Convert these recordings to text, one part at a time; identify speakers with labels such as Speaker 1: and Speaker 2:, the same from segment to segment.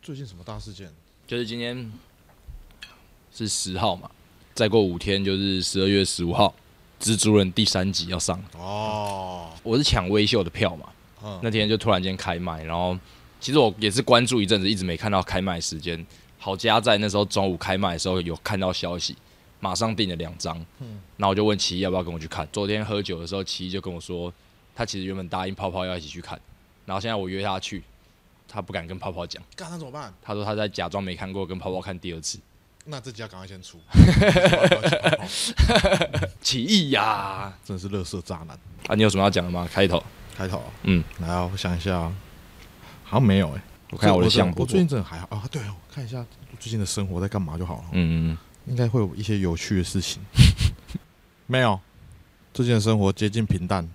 Speaker 1: 最近什么大事件？
Speaker 2: 就是今天是十号嘛，再过五天就是十二月十五号，《蜘蛛人》第三集要上了。
Speaker 1: 哦，
Speaker 2: 我是抢微秀的票嘛，
Speaker 1: 嗯，
Speaker 2: 那天就突然间开卖，然后其实我也是关注一阵子，一直没看到开卖时间。好家在那时候中午开卖的时候有看到消息，马上订了两张。嗯，那我就问奇艺要不要跟我去看。昨天喝酒的时候，奇艺就跟我说，他其实原本答应泡泡要一起去看，然后现在我约他去，他不敢跟泡泡讲，
Speaker 1: 干那怎么办？
Speaker 2: 他说他在假装没看过，跟泡泡看第二次。
Speaker 1: 那这家赶快 先出，哦
Speaker 2: 奇艺呀、
Speaker 1: 真是乐色渣男。
Speaker 2: 啊，你有什么要讲的吗？开头，
Speaker 1: 开头，
Speaker 2: 嗯，
Speaker 1: 来啊，我想一下啊，好像没有哎、
Speaker 2: 我看我的
Speaker 1: 最
Speaker 2: 相簿
Speaker 1: 我，最近真的还好啊。对哦，我看一下我最近的生活在干嘛就好了，
Speaker 2: 嗯，
Speaker 1: 应该会有一些有趣的事情。 没有，最近的生活接近平淡。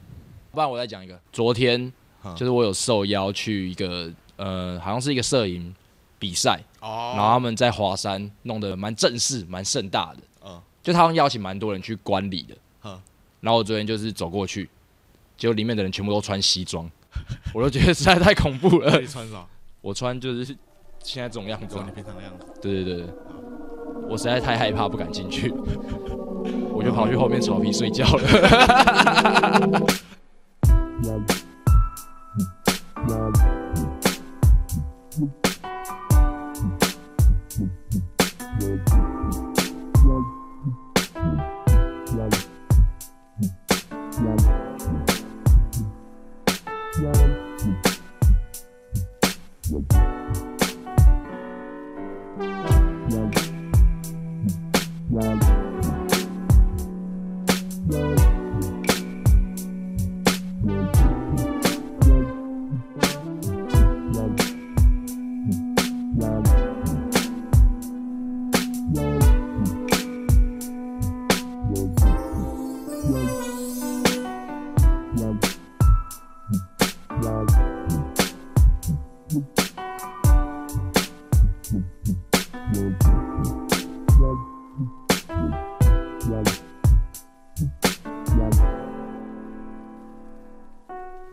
Speaker 2: 不然我再讲一个。昨天
Speaker 1: 嗯
Speaker 2: 就是我有受邀去一个呃，好像是一个摄影比赛，然后
Speaker 1: 哦，
Speaker 2: 他们在华山弄得蛮正式、蛮盛大的，
Speaker 1: 嗯
Speaker 2: 就他们邀请蛮多人去观礼的。
Speaker 1: 嗯
Speaker 2: 然后我昨天就是走过去，结果里面的人全部都穿西装，我都觉得实在太恐怖了
Speaker 1: 你。穿啥？
Speaker 2: 我穿就是现在这种样子啊、
Speaker 1: 平常的样子。
Speaker 2: 对对对，对我实在太害怕，不敢进去，我就跑去后面草皮睡觉了。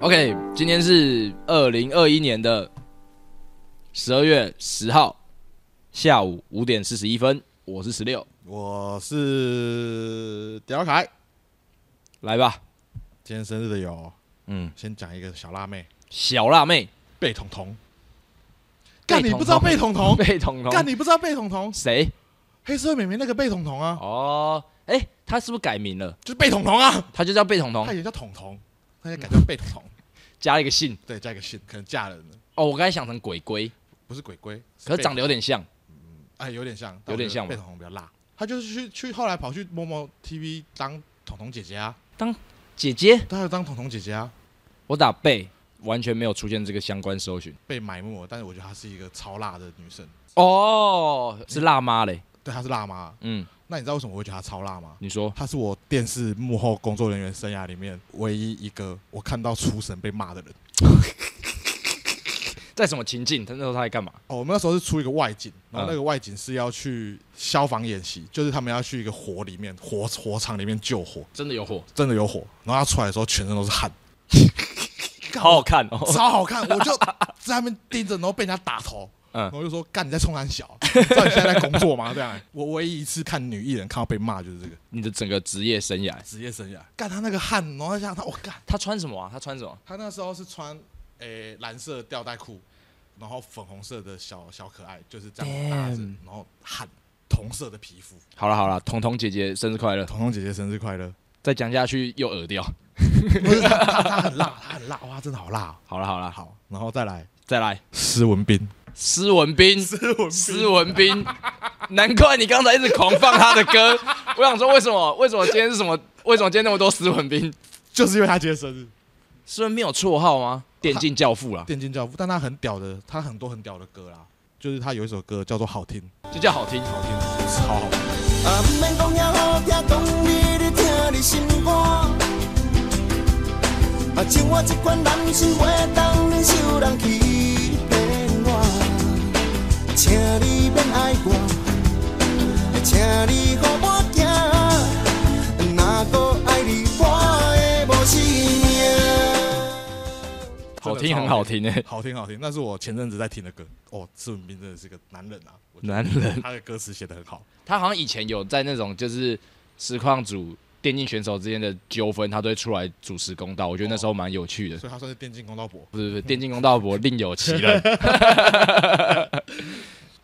Speaker 2: OK，今天是二零二一年的十二月十号下午五点四十一分，我是十六，
Speaker 1: 我是屌凯，
Speaker 2: 来吧，
Speaker 1: 今天生日的有，
Speaker 2: 嗯，
Speaker 1: 先讲一个小辣妹
Speaker 2: 小辣妹，
Speaker 1: 贝彤彤。干
Speaker 2: 贝
Speaker 1: 你
Speaker 2: 彤
Speaker 1: 不知道
Speaker 2: 彤
Speaker 1: 贝彤彤？
Speaker 2: 贝彤彤，
Speaker 1: 干你不知道贝彤彤？
Speaker 2: 谁？
Speaker 1: 黑社会美眉那个贝彤彤啊，
Speaker 2: 哦，哎、他是不是改名了？
Speaker 1: 就是贝彤彤啊，
Speaker 2: 他就叫贝彤彤
Speaker 1: 她，也叫彤彤，她也改叫贝彤彤。
Speaker 2: 加了一个姓。
Speaker 1: 对，加一个姓，可能嫁人了，
Speaker 2: 哦，我刚才想成鬼鬼，
Speaker 1: 不是鬼鬼，
Speaker 2: 可是长得有点像。
Speaker 1: 哎有点像，
Speaker 2: 有点像吗
Speaker 1: 贝彤彤比较辣。她就是去去后来跑去某某 TV 当彤彤姐姐啊，
Speaker 2: 姐姐，
Speaker 1: 她有当彤彤姐姐啊，
Speaker 2: 我打贝，完全没有出现这个相关搜寻。
Speaker 1: 被埋没。但是我觉得她是一个超辣的女生，
Speaker 2: 哦，是辣妈嘞。
Speaker 1: 对，她是辣妈。
Speaker 2: 嗯，
Speaker 1: 那你知道为什么我会觉得她超辣吗？
Speaker 2: 你说
Speaker 1: 她是我电视幕后工作人员生涯里面唯一一个我看到厨神被骂的人。
Speaker 2: 在什么情境？他那时候他在干嘛？
Speaker 1: 哦，我们那时候是出一个外景，然
Speaker 2: 嗯
Speaker 1: 后那个外景是要去消防演习，就是他们要去一个火里面火火场里面救火，
Speaker 2: 真的有火，
Speaker 1: 真的有火，然后他出来的时候全身都是汗，
Speaker 2: 好好看哦。
Speaker 1: 超好看，我就在那边盯着，然后被人家打头，
Speaker 2: 嗯
Speaker 1: 然后我就说干你在冲山小，知道你现在在工作吗？这样，我唯一一次看女艺人看到被骂就是这个
Speaker 2: 你的整个职业生涯，
Speaker 1: 职业生涯，干她那个汗，然后再加上她，我、干，
Speaker 2: 他穿什么啊？他穿什么？
Speaker 1: 她那时候是穿诶、蓝色吊带裤，然后粉红色的小小可爱，就是这样拉着
Speaker 2: Damn，
Speaker 1: 然后汗，同色的皮肤，
Speaker 2: 好了好了，彤彤姐姐生日快乐！
Speaker 1: 彤彤姐姐生日快乐，
Speaker 2: 再讲下去又耳掉。
Speaker 1: 不是她她她很辣，她很辣，哇，真的好辣、哦，
Speaker 2: 好了好了，好，
Speaker 1: 好，然后再来
Speaker 2: 再来，
Speaker 1: 施文斌，
Speaker 2: 施文斌，
Speaker 1: 施文
Speaker 2: 施文斌，难怪你刚才一直狂放他的 歌。我想说，为什么？为什么今天是什么？为什么今天那么多施文斌？
Speaker 1: 就是因为他今天生日，
Speaker 2: 施文斌有绰号吗？电竞教父啦，
Speaker 1: 电竞教父，但他很屌的，他很多很屌的歌啦，就是他有一首歌叫做《好听》，
Speaker 2: 就叫好听。
Speaker 1: 好听，超好听，
Speaker 3: 啊，毋免讲也好听，讲你咧听你心肝。啊，像我这款男生，袂当忍受人欺骗我，请你免爱我，请你予我行，若搁爱你，我的无性命。
Speaker 2: 好听很好听欸诶，
Speaker 1: 好听好听，那是我前阵子在听的歌。哦，志文斌真的是个男人啊，我觉
Speaker 2: 男人
Speaker 1: 得。他的歌词写的很好。
Speaker 2: 他好像以前有在那种就是实况组电竞选手之间的纠纷，他都会出来主持公道。我觉得那时候蛮有趣的。
Speaker 1: 所以他算是电竞公道伯。
Speaker 2: 不是不是，电竞公道博另有其 人。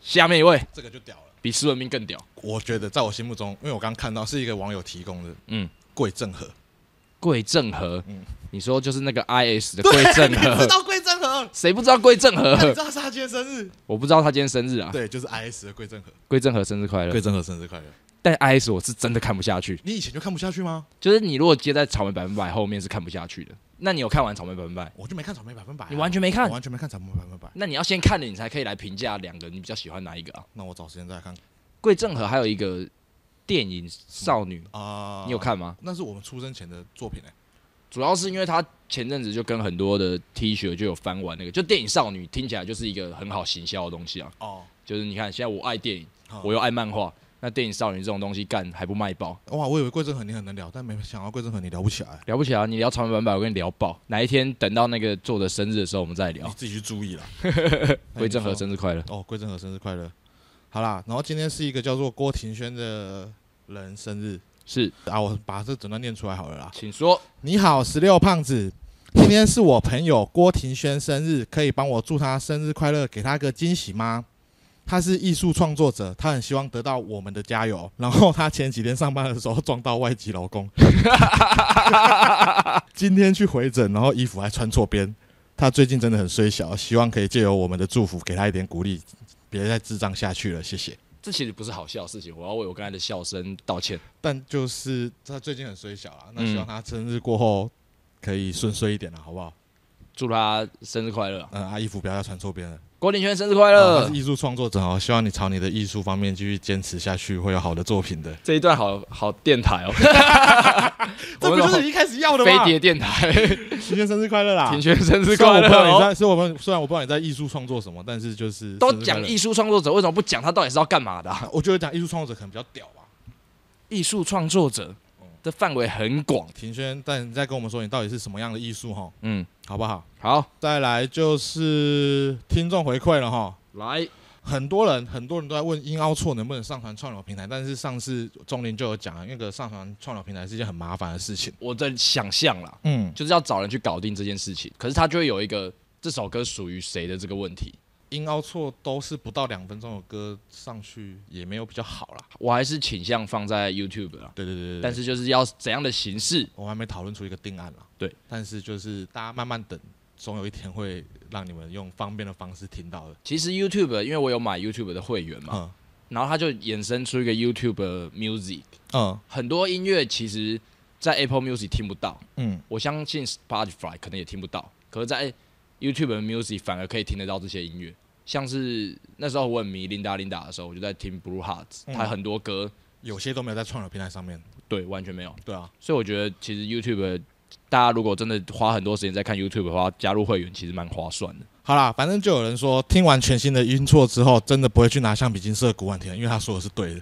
Speaker 2: 下面一位
Speaker 1: 这个就屌了。
Speaker 2: 比施文斌更屌，
Speaker 1: 我觉得在我心目中，因为我刚看到是一个网友提供的，
Speaker 2: 嗯，
Speaker 1: 桂正和，
Speaker 2: 桂正和
Speaker 1: 嗯。
Speaker 2: 你说就是那个 I S 的桂正
Speaker 1: 你知
Speaker 2: 和，
Speaker 1: 道桂正 和？
Speaker 2: 谁不知道桂正
Speaker 1: 那你知
Speaker 2: 和？
Speaker 1: 道是他今天生日？
Speaker 2: 我不知道他今天生日啊。
Speaker 1: 对，就是 I S 的桂正和。
Speaker 2: 桂正和生日快乐。
Speaker 1: 正和生日快乐！
Speaker 2: 但 I S 我是真的看不下去，
Speaker 1: 你以前就看不下去吗？
Speaker 2: 就是你如果接在草莓百分百后面是看不下去的。那你有看完草莓百分百？
Speaker 1: 我就没看草莓百分百啊、
Speaker 2: 你完全没看
Speaker 1: 我完全没看草莓百分百。
Speaker 2: 那你要先看了，你才可以来评价两个你比较喜欢哪一个啊？
Speaker 1: 那我找时间再来看
Speaker 2: 桂正和还有一个电影《少女》，
Speaker 1: 啊、
Speaker 2: 你有？看吗？
Speaker 1: 那是我们出生前的作品哎、
Speaker 2: 主要是因为他前阵子就跟很多的 T 恤就有翻完那个，就电影《少女》听起来就是一个很好行销的东西啊。
Speaker 1: 哦，
Speaker 2: 就是你看，现在我爱电影，
Speaker 1: 好
Speaker 2: 我又爱漫画，那电影《少女》这种东西干还不卖爆？
Speaker 1: 哇，我以为桂正和你很能聊，但没想到桂正和你聊不起来，
Speaker 2: 了不起啊！你聊长门版本，我跟你聊爆。哪一天等到那个作者生日的时候，我们再
Speaker 1: 你
Speaker 2: 聊。
Speaker 1: 自己去注 意啦。
Speaker 2: 桂正和生日快乐！
Speaker 1: 哦，桂正和生日快乐！好啦，然后今天是一个叫做郭庭轩的人生日
Speaker 2: 是，
Speaker 1: 啊，我把这整段念出来好了啦。
Speaker 2: 请说。
Speaker 1: 你好，十六胖子，今天是我朋友郭庭轩生日，可以帮我祝他生日快乐，给他个惊喜吗？他是艺术创作者，他很希望得到我们的加油。然后他前几天上班的时候撞到外籍劳工，今天去回诊，然后衣服还穿错边。他最近真的很衰小，希望可以借由我们的祝福给他一点鼓励，别再智障下去了，谢谢。
Speaker 2: 这其实不是好笑的事情，我要为我刚才的笑声道歉。
Speaker 1: 但就是他最近很衰小啦，那
Speaker 2: 嗯
Speaker 1: 希望他生日过后可以顺遂一点了，啊好不好？
Speaker 2: 祝他生日快乐啊，
Speaker 1: 嗯，啊，衣服不要再穿错边了。
Speaker 2: 郭林轩生日快
Speaker 1: 啊
Speaker 2: 乐！
Speaker 1: 他是艺术创作者哦，希望你朝你的艺术方面继续坚持下去，会有好的作品的。
Speaker 2: 这一段好好电台哦，我们
Speaker 1: 你一开始要
Speaker 2: 飞碟电 台，
Speaker 1: 庭轩生日快乐啦！
Speaker 2: 庭轩生日
Speaker 1: 虽然我
Speaker 2: 快
Speaker 1: 不
Speaker 2: 乐
Speaker 1: 知道你
Speaker 2: 哦！
Speaker 1: 在，虽然我不虽然我不知道你在艺术创作什么，但是就是
Speaker 2: 都
Speaker 1: 生日快
Speaker 2: 讲
Speaker 1: 乐
Speaker 2: 艺术创作者，为什么不讲他到底是要干嘛的啊、
Speaker 1: 啊我觉得讲艺术创作者可能比较屌吧。
Speaker 2: 艺术创作者
Speaker 1: 哦
Speaker 2: 的范围很广，
Speaker 1: 庭轩，但你再跟我们说你到底是什么样的艺术哈，
Speaker 2: 嗯，
Speaker 1: 好不好？
Speaker 2: 好，
Speaker 1: 再来就是听众回馈了哈。
Speaker 2: 来，
Speaker 1: 很多人很多人都在问英凹错能不能上传串流平台，但是上次钟林就有讲了，那个上传串流平台是一件很麻烦的事情。
Speaker 2: 我的想象啦，
Speaker 1: 嗯，
Speaker 2: 就是要找人去搞定这件事情，可是他就会有一个这首歌属于谁的这个问题。
Speaker 1: 音凹错都是不到两分钟的歌上去也没有比较好啦。
Speaker 2: 我还是倾向放在 YouTube 啦，
Speaker 1: 对对对对，
Speaker 2: 但
Speaker 1: 是
Speaker 2: 是就是要怎样的形式，
Speaker 1: 我还没讨论出一个定案啦。
Speaker 2: 对，
Speaker 1: 但是就是大家慢慢等，总有一天会让你们用方便的方式听到的。
Speaker 2: 其实 YouTube，因为我有买 YouTube 的会员嘛，
Speaker 1: 嗯
Speaker 2: 然后它就衍生出一个 YouTube Music，
Speaker 1: 嗯
Speaker 2: 很多音乐其实，在 Apple Music 听不到，
Speaker 1: 嗯，
Speaker 2: 我相信 Spotify 可能也听不到，可是在 YouTube Music 反而可以听得到这些音乐。像是那时候我很迷琳达琳达的时候，我就在听 Blue Hearts，
Speaker 1: 嗯
Speaker 2: 它很多歌、
Speaker 1: 有些都没有在串流平台上面。
Speaker 2: 对完全没有，
Speaker 1: 对啊，
Speaker 2: 所以我觉得其实 YouTube 大家如果真的花很多时间在看 YouTube 的话，加入会员其实蛮划算的。
Speaker 1: 好啦，反正就有人说听完全新的音错之后，真的不会去拿橡皮筋射古玩田，因为他说的是对的。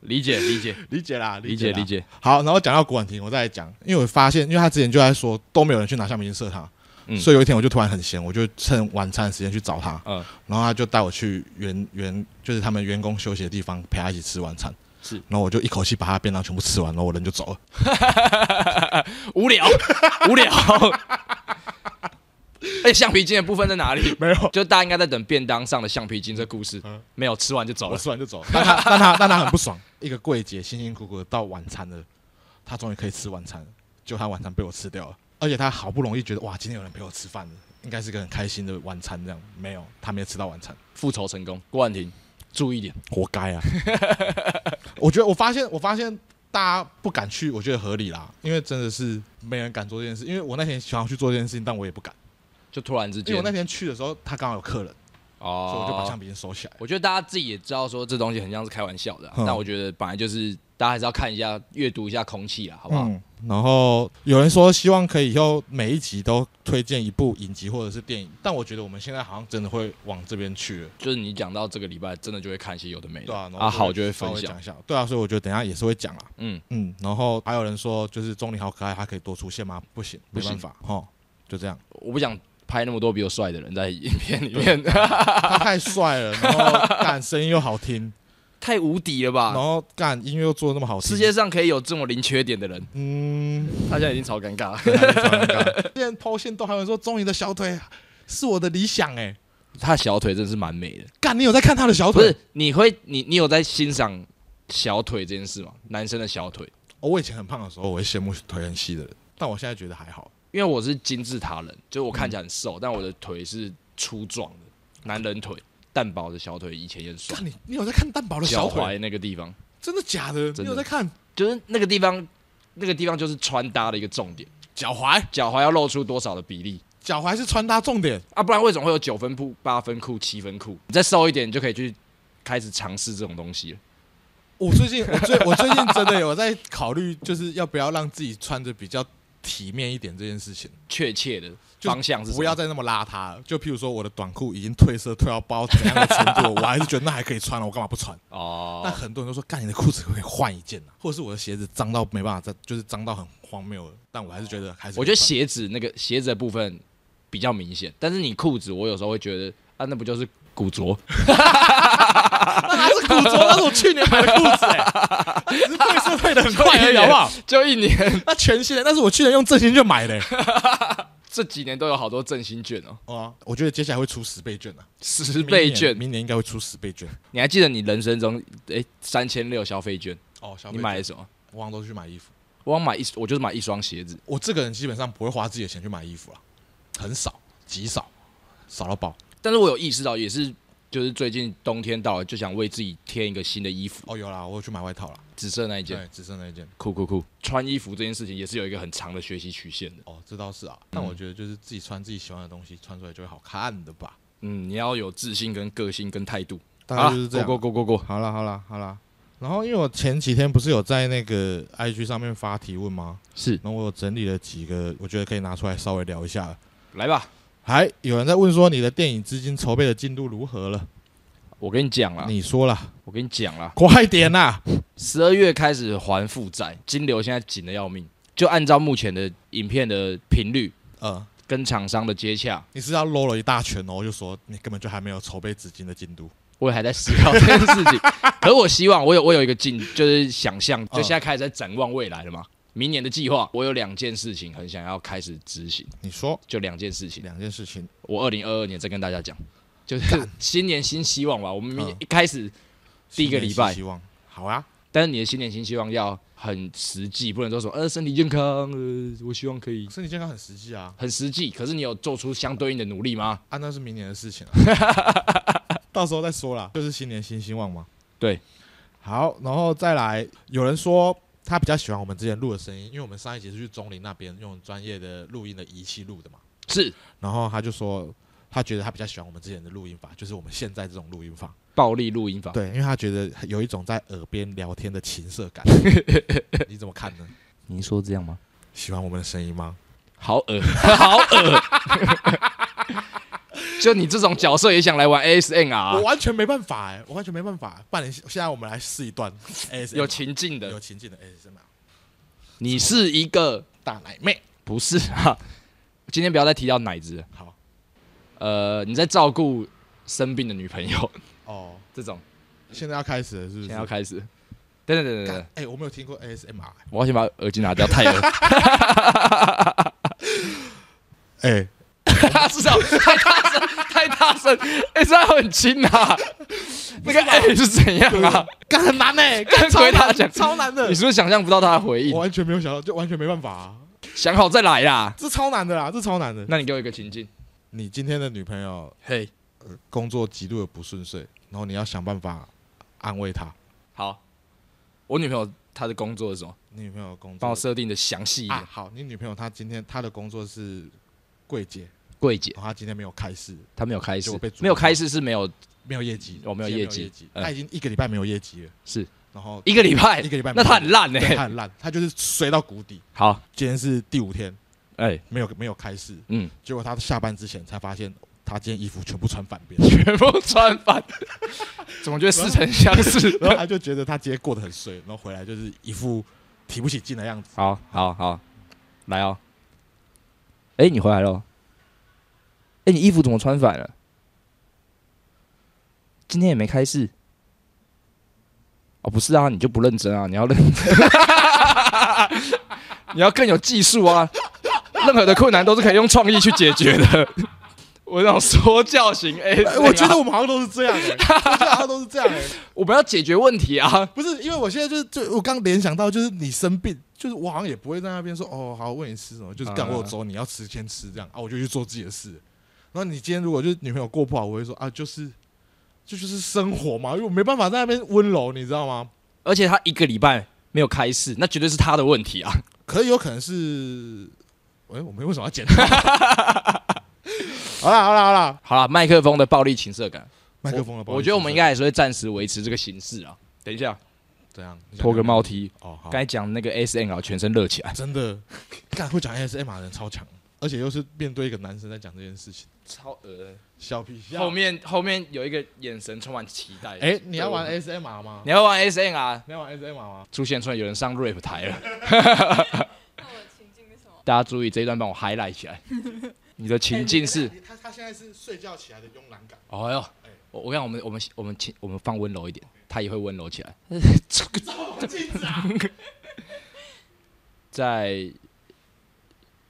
Speaker 2: 理解理解
Speaker 1: 理解啦，
Speaker 2: 理解理。解，
Speaker 1: 好，然后讲到古婉婷，我再来讲，因为我发现，因为他之前就在说都没有人去拿橡皮筋射他，
Speaker 2: 嗯
Speaker 1: 所以有一天我就突然很闲，我就趁晚餐的时间去找他，
Speaker 2: 嗯
Speaker 1: 然后他就带我去员员就是他们员工休息的地方陪他一起吃晚餐，
Speaker 2: 是
Speaker 1: 然后我就一口气把他便当全部吃完，然后我人就走了。
Speaker 2: 无聊无聊。 哎，橡皮筋的部分在哪里？
Speaker 1: 没有，
Speaker 2: 就大家应该在等便当上的橡皮筋这故事
Speaker 1: 嗯，
Speaker 2: 没有吃完就走
Speaker 1: 我
Speaker 2: 了。
Speaker 1: 吃完就走了。但他但他但他很不爽，一个柜姐辛辛苦苦地到晚餐了，他终于可以吃晚餐了，就他晚餐被我吃掉了，而且他好不容易觉得哇，今天有人陪我吃饭了，应该是个很开心的晚餐这样，没有，他没有吃到晚餐。
Speaker 2: 复仇成功，郭婉婷，注意一点。
Speaker 1: 活该啊！ 我觉得我发现，我发现大家不敢去，我觉得合理啦，因为真的是没人敢做这件事。因为我那天想要去做这件事情，但我也不敢，
Speaker 2: 就突然之
Speaker 1: 因为
Speaker 2: 间
Speaker 1: 我那，天去的时候，他刚好有客人，
Speaker 2: 哦
Speaker 1: 所以我就把橡皮筋收起来。
Speaker 2: 我觉得大家自己也知道，说这东西很像是开玩笑的啊、
Speaker 1: 嗯
Speaker 2: 但我觉得本来就是大家还是要看一下、阅读一下空气啊，好不好？
Speaker 1: 嗯，然后有人说希望可以以后每一集都推荐一部影集或者是电影，但我觉得我们现在好像真的会往这边去了，
Speaker 2: 就是你讲到这个礼拜，真的就会看一些有的没
Speaker 1: 对
Speaker 2: 的
Speaker 1: 啊，然后
Speaker 2: 哎好就会
Speaker 1: 稍
Speaker 2: 分
Speaker 1: 微
Speaker 2: 享
Speaker 1: 讲，一下，对啊，所以我觉得等一下也是会讲啦，
Speaker 2: 嗯，
Speaker 1: 嗯，然后还有人说就是钟离好可爱，他可以多出现吗？不行，
Speaker 2: 不
Speaker 1: 没
Speaker 2: 行
Speaker 1: 办法，哦，就这样，
Speaker 2: 我不想拍那么多比我帅的人在影片里面，
Speaker 1: 他太帅了，然后干声音又好 听，
Speaker 2: 太无敌了
Speaker 1: 然
Speaker 2: 吧！
Speaker 1: 后干音乐又做的那么好听，
Speaker 2: 啊世界上可以有这么零缺点的人，
Speaker 1: 嗯，
Speaker 2: 他现在已经超尴尬了。
Speaker 1: 真的超尴尬之前抛线都还有人说钟离的小腿是我的理想哎、
Speaker 2: 他小腿真的是蛮美的，
Speaker 1: 干你有在看他的小
Speaker 2: 不
Speaker 1: 腿？
Speaker 2: 是？你会你你有在欣赏小腿这件事吗？男生的小腿，
Speaker 1: 哦，我以前很胖的时候，我会羡慕腿很细的人，但我现在觉得还好。
Speaker 2: 因为我是金字塔人，就是我看起来很瘦，但我的腿是粗壮的，男人腿，蛋薄的小腿，以前也很瘦
Speaker 1: 看，你，你有在看蛋堡的小
Speaker 2: 脚
Speaker 1: 腿？
Speaker 2: 踝那个地方，
Speaker 1: 真的假的？
Speaker 2: 的
Speaker 1: 你有在看
Speaker 2: 就是那个地方，那个地方就是穿搭的一个重点，
Speaker 1: 脚踝？
Speaker 2: 脚踝要露出多少的比例
Speaker 1: 脚踝是穿搭重点。
Speaker 2: 啊？不然为什么会有九分裤、八分裤、七分裤？你再瘦一点，你就可以去开始尝试这种东西了。
Speaker 1: 我最近，我最，我最近真的有在考虑，就是要不要让自己穿着比较体面一点这件事情，
Speaker 2: 确切的
Speaker 1: 就
Speaker 2: 方向是什么
Speaker 1: 不要再那么邋遢了。就譬如说，我的短裤已经褪色，褪到不知道怎样的程度 了，我还是觉得那还可以穿了，我干嘛不穿？但
Speaker 2: 哦，
Speaker 1: 很多人都说，干你的裤子可不可以换一件啊，或者是我的鞋子脏到没办法再，就是脏到很荒谬了。但我还是觉得还是可以
Speaker 2: 我觉得
Speaker 1: 穿
Speaker 2: 鞋子那个鞋子的部分比较明显，但是你裤子，我有时候会觉得啊，那不就是古着？
Speaker 1: 那还是古着，那是我去年买的裤子、欸，只是褪色 褪的很啊快而已，好不好？？
Speaker 2: 就一年，
Speaker 1: 那全新的，但是我去年用正新券买的、欸。
Speaker 2: 这几年都有好多振兴券哦，
Speaker 1: 哦，我觉得接下来会出十倍券啊，
Speaker 2: 十
Speaker 1: 明
Speaker 2: 倍
Speaker 1: 年
Speaker 2: 券。
Speaker 1: 明年应该会出十倍券。
Speaker 2: 你还记得你人生中诶三千六消费券，
Speaker 1: 哦，消
Speaker 2: 你
Speaker 1: 费
Speaker 2: 买了
Speaker 1: 券，
Speaker 2: 什么？
Speaker 1: 我往都去买衣服。
Speaker 2: 我想买一，我就是买一双鞋子。
Speaker 1: 我这个人基本上不会花自己的钱去买衣服啊，很少，极少，少到爆。
Speaker 2: 但是我有意识到，也是就是最近冬天到了，就想为自己添一个新的衣服，
Speaker 1: 哦，有啦，我有去买外套啦，
Speaker 2: 紫色那一件，
Speaker 1: 对，只剩那一件。
Speaker 2: 酷酷酷。穿衣服这件事情也是有一个很长的学习曲线的，
Speaker 1: 哦，这倒是啊，但我觉得就是自己穿自己喜欢的东西，穿出来就会好看的吧。
Speaker 2: 嗯，你要有自信、跟个性、跟态度。
Speaker 1: 大
Speaker 2: 好
Speaker 1: 概
Speaker 2: 啦
Speaker 1: 就是这样啊。
Speaker 2: ，go go go go go。
Speaker 1: 好了好了好了。然后因为我前几天不是有在那个 IG 上面发提问吗？
Speaker 2: 是，
Speaker 1: 然后我有整理了几个，我觉得可以拿出来稍微聊一下。
Speaker 2: 来吧，
Speaker 1: 还有人在问说你的电影资金筹备的进度如何了？
Speaker 2: 我跟你讲啦，
Speaker 1: 你说了，
Speaker 2: 我跟你讲啦，
Speaker 1: 快点啊呐、
Speaker 2: 十二月开始还负债，金流现在紧的要命。就按照目前的影片的频率
Speaker 1: 呃，
Speaker 2: 跟厂商的接洽，
Speaker 1: 你是要搂了一大圈哦，就说你根本就还没有筹备资金的进度。
Speaker 2: 我也还在思考这件事 情。可我希望我有我有一个进，就是想象，就
Speaker 1: 嗯
Speaker 2: 现在开始在展望未来了嘛。明年的计划，我有两件事情很想要开始执行，
Speaker 1: 你说
Speaker 2: 就两件事情。
Speaker 1: 两件事情，
Speaker 2: 我二零二二年再跟大家讲，就是新年新希望吧。我们明
Speaker 1: 嗯
Speaker 2: 一开始第一个礼拜
Speaker 1: 新年新希望好啊，
Speaker 2: 但是你的新年新希望要很实际，不能说什么呃身体健康，呃我希望可以
Speaker 1: 身体健康很实际啊，
Speaker 2: 很实际。可是你有做出相对应的努力吗？
Speaker 1: 啊那是明年的事情、啊， 到时候再说啦，就是新年新希望嘛。
Speaker 2: 对，
Speaker 1: 好，然后再来，有人说他比较喜欢我们之前录的声音，因为我们上一集是去钟林那边用专业的录音的仪器录的嘛。
Speaker 2: 是
Speaker 1: 然后他就说，他觉得他比较喜欢我们之前的录音法，就是我们现在这种录音法。
Speaker 2: 暴力录音法。
Speaker 1: 对，因为他觉得有一种在耳边聊天的情色 感。你怎么看呢？
Speaker 2: 您说这样吗？
Speaker 1: 喜欢我们的声音吗？
Speaker 2: 好恶， 好恶。 就你这种角色也想来玩 ASMR，
Speaker 1: 我
Speaker 2: 啊
Speaker 1: 完全没办法哎、我完全没办法、半年，现在我们来试一 段 ASMR,
Speaker 2: 有情境的
Speaker 1: 有。情境的 ASMR
Speaker 2: 你是一个
Speaker 1: 大奶妹。
Speaker 2: 不是啊？今天不要再提到奶子了。
Speaker 1: 好
Speaker 2: 呃，你在照顾生病的女朋友，
Speaker 1: 哦，
Speaker 2: 这种
Speaker 1: 现在要开始了是不是？
Speaker 2: 现在要开始。等等等等
Speaker 1: 干
Speaker 2: 等，
Speaker 1: 哎、我没有听过 ASMR 欸
Speaker 2: 我要先把耳机拿掉，太恶了。
Speaker 1: 哎、
Speaker 2: 大声，太大声，太大 声！哎、欸，这样很轻啊。那个 A 是怎样啊？
Speaker 1: 干很难 哎、欸，干
Speaker 2: 跟
Speaker 1: 超
Speaker 2: 回答
Speaker 1: 难
Speaker 2: 讲
Speaker 1: 超难的
Speaker 2: 你，是不是想象不到他的回
Speaker 1: 我
Speaker 2: 应？
Speaker 1: 完全没有想到，就完全没办法、啊，
Speaker 2: 想好再来啦。
Speaker 1: 这超难的啦，这超难的。
Speaker 2: 那你给我一个情境，
Speaker 1: 你今天的女朋友
Speaker 2: 嘿，
Speaker 1: 工作极度的不顺遂，然后你要想办法安慰她。
Speaker 2: 好，我女朋友她的工作是什么？
Speaker 1: 你女朋友工
Speaker 2: 帮
Speaker 1: 作啊
Speaker 2: 我设定的详细一点
Speaker 1: 啊，。好，你女朋友她今天她的工作是柜姐，
Speaker 2: 柜姐
Speaker 1: 然后他今天没有开市，
Speaker 2: 她没有开市
Speaker 1: 结果被，主
Speaker 2: 没有开市是没有
Speaker 1: 没有业绩，
Speaker 2: 哦没有
Speaker 1: 今天
Speaker 2: 业
Speaker 1: 没
Speaker 2: 绩
Speaker 1: 有业绩，
Speaker 2: 嗯
Speaker 1: 他已经一个礼拜没有业绩了，
Speaker 2: 是
Speaker 1: 然后
Speaker 2: 一个礼拜
Speaker 1: 一，个礼拜没有业
Speaker 2: 那
Speaker 1: 绩，
Speaker 2: 她很烂呢、欸
Speaker 1: 对他很烂，他就是摔到谷底。
Speaker 2: 好，
Speaker 1: 今天是第五天，
Speaker 2: 哎、
Speaker 1: 没有没有开市，
Speaker 2: 嗯，
Speaker 1: 结果他下班之前才发现，他今天衣服全部穿反边，
Speaker 2: 全部穿 反，怎么觉得似曾相 识？
Speaker 1: 然后他就觉得他今天过得很衰，然后回来就是一副提不起劲的样子。
Speaker 2: 好好好，来哦。哎、你回来了哦。哎、你衣服怎么穿反了？今天也没开市。哦，不是啊，你就不认真啊，你要认真， 你要更有技术啊。任何的困难都是可以用创意去解决的。我那种说教型，哎、
Speaker 1: 哎我觉
Speaker 2: 这个
Speaker 1: 得
Speaker 2: 啊
Speaker 1: 我们好像都是这样、欸，我觉得好像都是这样、欸。
Speaker 2: 我们要解决问题啊。
Speaker 1: 不是，因为我现在就是就我刚联想到，就是你生病，就是我好像也不会在那边说哦，好，问你吃什么，就是干
Speaker 2: 啊
Speaker 1: 我有粥，你要吃先吃这样啊，我就去做自己的事。然后你今天如果就是女朋友过不好，我会说啊，就是这就是生活嘛，因为我没办法在那边温柔，你知道吗？
Speaker 2: 而且他一个礼拜没有开市，那绝对是他的问题啊。
Speaker 1: 可是有可能是，哎、我们为什么要剪？ 好啦好啦好啦，
Speaker 2: 好了，麦克风的暴力情色感，
Speaker 1: 麦克风了，不好意思
Speaker 2: 我觉得我们应该还是会暂时维持这个形式啊。等一下，
Speaker 1: 怎样？你想
Speaker 2: 脱个
Speaker 1: 干嘛
Speaker 2: 帽 T，
Speaker 1: 哦，好，
Speaker 2: 该讲那个 S N L 全身热起来，
Speaker 1: 真的，干会讲 ASMR 的人超强，而且又是面对一个男生在讲这件事情，
Speaker 2: 超呃。
Speaker 1: 小啊皮笑
Speaker 2: 后面后面有一个眼神充满期待。
Speaker 1: 哎、你要玩
Speaker 2: 对我
Speaker 1: ASMR 吗？
Speaker 2: 你要玩 S N R？
Speaker 1: 你要玩 ASMR 吗？
Speaker 2: 出现出来有人上 rap 台了，
Speaker 4: 那我的情境是什么？
Speaker 2: 大家注意这一段帮我 highlight 起 来。你的情境是，
Speaker 1: 他他现在是睡觉起来的慵懒感，
Speaker 2: 哦哟，我我看我们我们我们情我们放温柔一点，他也会温柔起来。
Speaker 1: 镜子啊！
Speaker 2: 在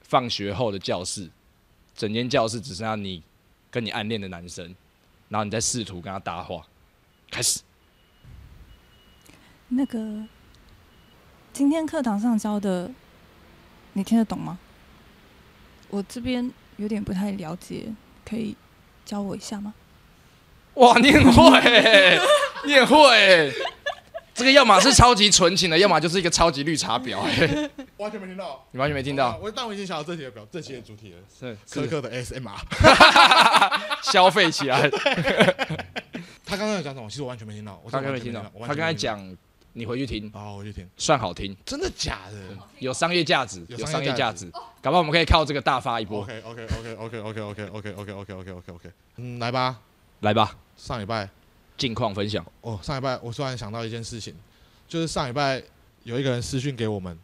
Speaker 2: 放学后的教室，整间教室只剩下你跟你暗恋的男生，然后你在试图跟他搭话，开始
Speaker 4: 那个今天课堂上教的，你听得懂吗？我这边有点不太了解，可以教我一下吗？
Speaker 2: 哇，你很会欸、你很会欸、这个要么是超级纯情的，要么就是一个超级绿茶婊、欸，
Speaker 1: 完全没听到，
Speaker 2: 你完全没听
Speaker 1: 好吧
Speaker 2: 到，
Speaker 1: 我但我已经想到这期的表，这期的主题了，
Speaker 2: 是
Speaker 1: 苛刻的 ASMR。
Speaker 2: 消费起来。
Speaker 1: 他刚刚有讲什么？其实我完全没听到，我
Speaker 2: 他
Speaker 1: 真的
Speaker 2: 刚
Speaker 1: 完
Speaker 2: 才
Speaker 1: 全
Speaker 2: 听到
Speaker 1: 到，我，
Speaker 2: 他
Speaker 1: 完全
Speaker 2: 刚才
Speaker 1: 没听到。
Speaker 2: 讲，你回去听，
Speaker 1: 哦，我就听，
Speaker 2: 算好听，
Speaker 1: 真的假的
Speaker 2: 有商业价值，
Speaker 1: 哦有
Speaker 2: 有
Speaker 1: 商
Speaker 2: 商
Speaker 1: 业
Speaker 2: 业
Speaker 1: 价
Speaker 2: 价值，搞不好我们可以靠这个大发一波。
Speaker 1: ？OK OK OK OK OK OK OK OK OK OK OK OK，嗯，来吧，
Speaker 2: 来吧，
Speaker 1: 上礼拜
Speaker 2: 近况分享。
Speaker 1: 哦，上礼拜我突然想到一件事情，就是上礼拜有一个人私讯给我们，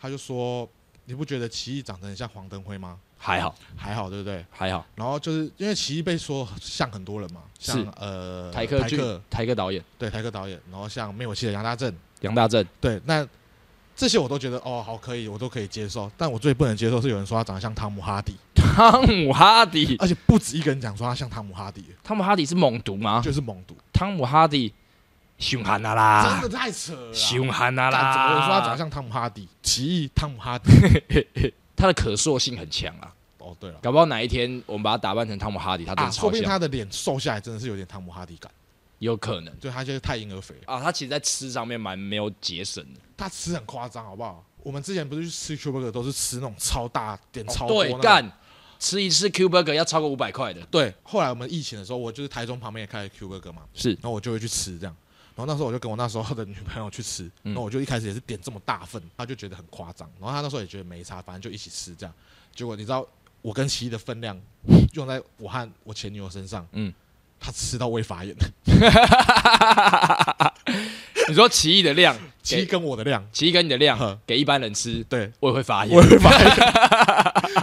Speaker 1: 他就说：“你不觉得奇艺长得很像黄登辉吗
Speaker 2: 还好，？”
Speaker 1: 还好，对不对？
Speaker 2: 还好。
Speaker 1: 然后就是因为奇艺被说像很多人嘛，像
Speaker 2: 是
Speaker 1: 呃
Speaker 2: 台客剧，台客导演
Speaker 1: 对台客导演，然后像灭火器的杨大正，
Speaker 2: 杨大正，
Speaker 1: 对，那这些我都觉得哦好可以，我都可以接受。但我最不能接受是有人说他长得像汤姆哈迪，
Speaker 2: 汤姆哈迪，
Speaker 1: 而且不止一个人讲说他像汤姆哈迪，
Speaker 2: 汤姆哈迪是猛毒吗？
Speaker 1: 就是猛毒，
Speaker 2: 汤姆哈迪，凶悍啊
Speaker 1: 真
Speaker 2: 啦，
Speaker 1: 的太扯了啦。
Speaker 2: 凶悍啊
Speaker 1: 干怎么有人说他长得
Speaker 2: 啦，
Speaker 1: 像汤姆哈迪？奇艺汤姆哈迪。
Speaker 2: 他的可塑性很强啊，
Speaker 1: 哦，对了，
Speaker 2: 搞不好哪一天我们把他打扮成汤姆哈迪，他真
Speaker 1: 啊，
Speaker 2: 的
Speaker 1: 说
Speaker 2: 超
Speaker 1: 不定
Speaker 2: 像，
Speaker 1: 他的脸瘦下来真的是有点汤姆哈迪感，
Speaker 2: 有可能
Speaker 1: 对他就是太婴儿肥了，
Speaker 2: 啊。他其实，在吃上面蛮没有节省的，
Speaker 1: 他吃很夸张，好不好？我们之前不是去吃 Q burger 都是吃那种超大点超多、那
Speaker 2: 哦对
Speaker 1: 种，
Speaker 2: 干，吃一次 Q burger 要超过五百块的，
Speaker 1: 对。后来我们疫情的时候，我就是台中旁边也开了 Q burger 嘛，
Speaker 2: 是
Speaker 1: 然后我就会去吃这样。然后那时候我就跟我那时候的女朋友去吃，
Speaker 2: 嗯
Speaker 1: 然后我就一开始也是点这么大份，她就觉得很夸张，然后她那时候也觉得没差，反正就一起吃这样。结果你知道我跟奇艺的分量用在我和我前女友身上，嗯
Speaker 2: 嗯，
Speaker 1: 她吃到胃发炎，
Speaker 2: 你说奇异的量，
Speaker 1: 奇艺
Speaker 2: 给
Speaker 1: 跟我的量，啊
Speaker 2: 奇异跟你的量
Speaker 1: 呵
Speaker 2: 给一般人吃，
Speaker 1: 对，
Speaker 2: 我也会发
Speaker 1: 我
Speaker 2: 炎，
Speaker 1: 会发炎。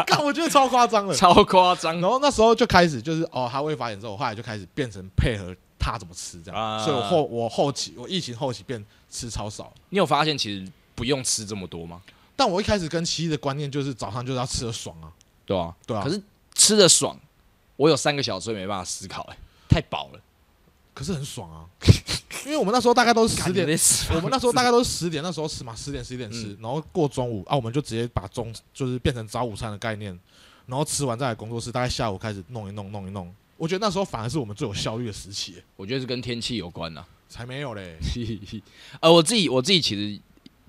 Speaker 1: 看，我觉得超夸张了。
Speaker 2: 超夸张
Speaker 1: 然后那时候就开始就是哦，他会发炎之后，我后来就开始变成配合他怎么吃这样，
Speaker 2: 啊
Speaker 1: 所以我后我后期我疫情后期变吃超少。
Speaker 2: 你有发现其实不用吃这么多吗？
Speaker 1: 但我一开始跟七一的观念就是早上就是要吃的爽啊，
Speaker 2: 对啊，
Speaker 1: 对啊
Speaker 2: 可是吃的爽，我有三个小时也没办法思考、哎，太饱了。
Speaker 1: 可是很爽啊， 因为我们那时候大概都是十点，
Speaker 2: 死
Speaker 1: 我们那时候大概都是十点，那时候吃嘛，十点十一点吃，
Speaker 2: 嗯
Speaker 1: 然后过中午啊，我们就直接把中就是变成早午餐的概念，然后吃完再来工作室，大概下午开始弄一弄弄一弄。我觉得那时候反而是我们最有效率的时期，
Speaker 2: 我觉得是跟天气有关呐、
Speaker 1: 才没有嘞。
Speaker 2: 呃，我自己我自己其实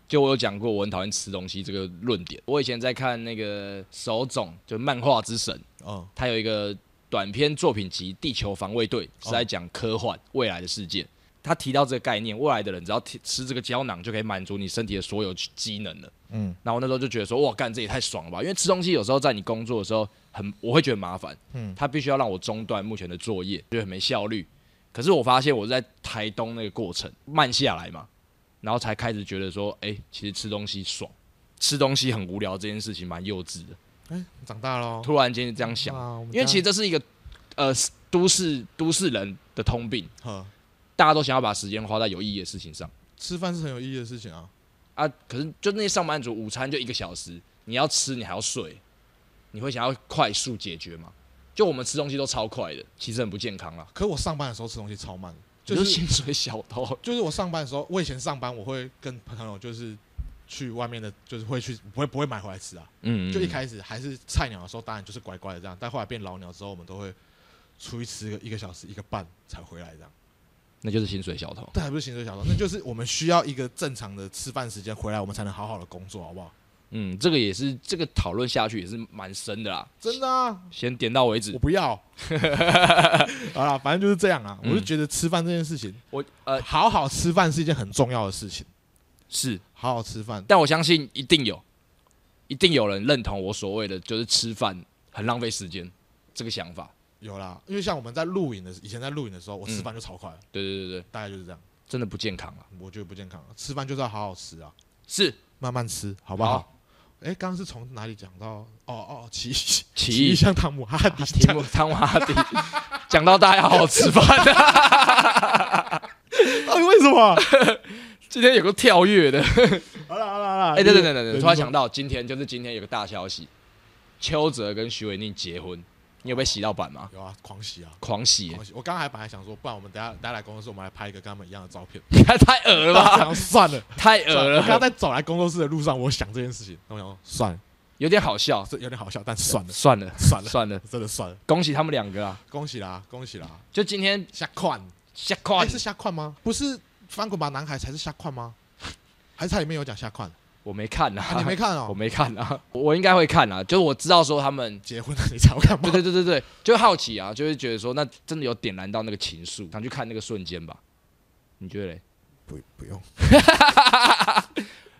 Speaker 2: 就我有讲过，我很讨厌吃东西这个论点。我以前在看那个手冢，就漫画之神，
Speaker 1: 哦，
Speaker 2: 他有一个短篇作品集《地球防卫队》，是在讲科幻未来的世界。他提到这个概念，未来的人只要吃吃这个胶囊就可以满足你身体的所有机能了。
Speaker 1: 嗯，
Speaker 2: 然后我那时候就觉得说，哇，干这也太爽了吧！因为吃东西有时候在你工作的时候很，我会觉得麻烦。
Speaker 1: 嗯
Speaker 2: 他必须要让我中断目前的作业，觉得很没效率。可是我发现我在台东那个过程慢下来嘛，然后才开始觉得说，哎、其实吃东西爽，吃东西很无聊这件事情蛮幼稚的。
Speaker 1: 哎，长大了哦，
Speaker 2: 突然间就这样想，
Speaker 1: 哇我们
Speaker 2: 因为其实
Speaker 1: 家
Speaker 2: 这是一个呃都市都市人的通病，
Speaker 1: 呵
Speaker 2: 大家都想要把时间花在有意义的事情上
Speaker 1: 吃饭是很有意义的事情啊。
Speaker 2: 啊。可是就那些上班族，午餐就一个小时，你要吃，你还要睡，你会想要快速解决吗？就我们吃东西都超快的，其实很不健康啦。
Speaker 1: 可我上班的时候吃东西超慢，
Speaker 2: 就
Speaker 1: 就是
Speaker 2: 是薪水小偷，
Speaker 1: 就是我上班的时候，我以前上班我会跟朋友就是去外面的，就是会去不会不会买回来吃啊。
Speaker 2: 嗯
Speaker 1: 就一开始还是菜鸟的时候，当然就是乖乖的这样，但后来变老鸟之后，我们都会出去吃个一个小时、一个半才回来这样。
Speaker 2: 那就是薪水小偷。
Speaker 1: 但还不是行车小偷，那就是我们需要一个正常的吃饭时间回来，我们才能好好的工作，好不好？
Speaker 2: 嗯，这个也是这个讨论下去也是蛮深的啦，
Speaker 1: 真的啊，
Speaker 2: 先点到为
Speaker 1: 我
Speaker 2: 止。
Speaker 1: 不要。好啦，反正就是这样啊。我
Speaker 2: 嗯
Speaker 1: 就觉得吃饭这件事情，
Speaker 2: 我呃
Speaker 1: 好好吃饭是一件很重要的事情。
Speaker 2: 是，
Speaker 1: 好好吃饭，
Speaker 2: 但我相信一定有，一定有人认同我所谓的就是吃饭很浪费时间这个想法。
Speaker 1: 有啦，因为像我们在录影的，以前在录影的时候，
Speaker 2: 嗯
Speaker 1: 我吃饭就超快了，
Speaker 2: 对对对对，
Speaker 1: 大概就是这样。
Speaker 2: 真的不健康啊。
Speaker 1: 我觉得不健康啊，吃饭就是要好好吃啊，
Speaker 2: 是，
Speaker 1: 慢慢吃，好不好？哎、刚刚是从哪里讲到？哦哦，奇异
Speaker 2: 奇异啊
Speaker 1: 异像汤姆哈迪
Speaker 2: 题目 汤姆哈迪讲到大家好好吃饭 的，
Speaker 1: 到底啊为什么？
Speaker 2: 今天有个跳跃的。
Speaker 1: 好了好了好了，
Speaker 2: 哎，对对对对
Speaker 1: 你
Speaker 2: 对，突然想到今天就是今天有个大消息，邱泽跟徐伟宁结婚，你有被洗到版吗？
Speaker 1: 有啊，狂喜啊！
Speaker 2: 狂洗耶
Speaker 1: 狂，喜！我刚刚还本来想说，不然我们等下等下来工作室，我们来拍一个跟他们一样的照片。
Speaker 2: 太恶了吧， 呃
Speaker 1: 然后算 了，
Speaker 2: 太恶
Speaker 1: 算了。我刚刚在
Speaker 2: 了，
Speaker 1: 走来工作室的路上，我想这件事情，然后我想说算了，
Speaker 2: 有点好笑。
Speaker 1: 这有点好笑，但算了，
Speaker 2: 算了
Speaker 1: 算了
Speaker 2: 算了，
Speaker 1: 真的算了。
Speaker 2: 恭喜他们两个啊！
Speaker 1: 恭喜啦，恭喜啦！
Speaker 2: 就今天
Speaker 1: 下款，
Speaker 2: 下
Speaker 1: 哎
Speaker 2: 胯，
Speaker 1: 是下款吗？不是翻滚吧男孩才是下款吗？ 还是它里面有讲下 款？
Speaker 2: 我没看
Speaker 1: 啊，
Speaker 2: 啊
Speaker 1: 你没，看哦
Speaker 2: 我？没看啊，我应该会看啊，就是我知道说他们，
Speaker 1: 结婚了你才要看吗
Speaker 2: 对？对对对对，就好奇啊，就会觉得说那真的有点燃到那个情愫，想去看那个瞬间吧？你觉得嘞？
Speaker 1: 不不用。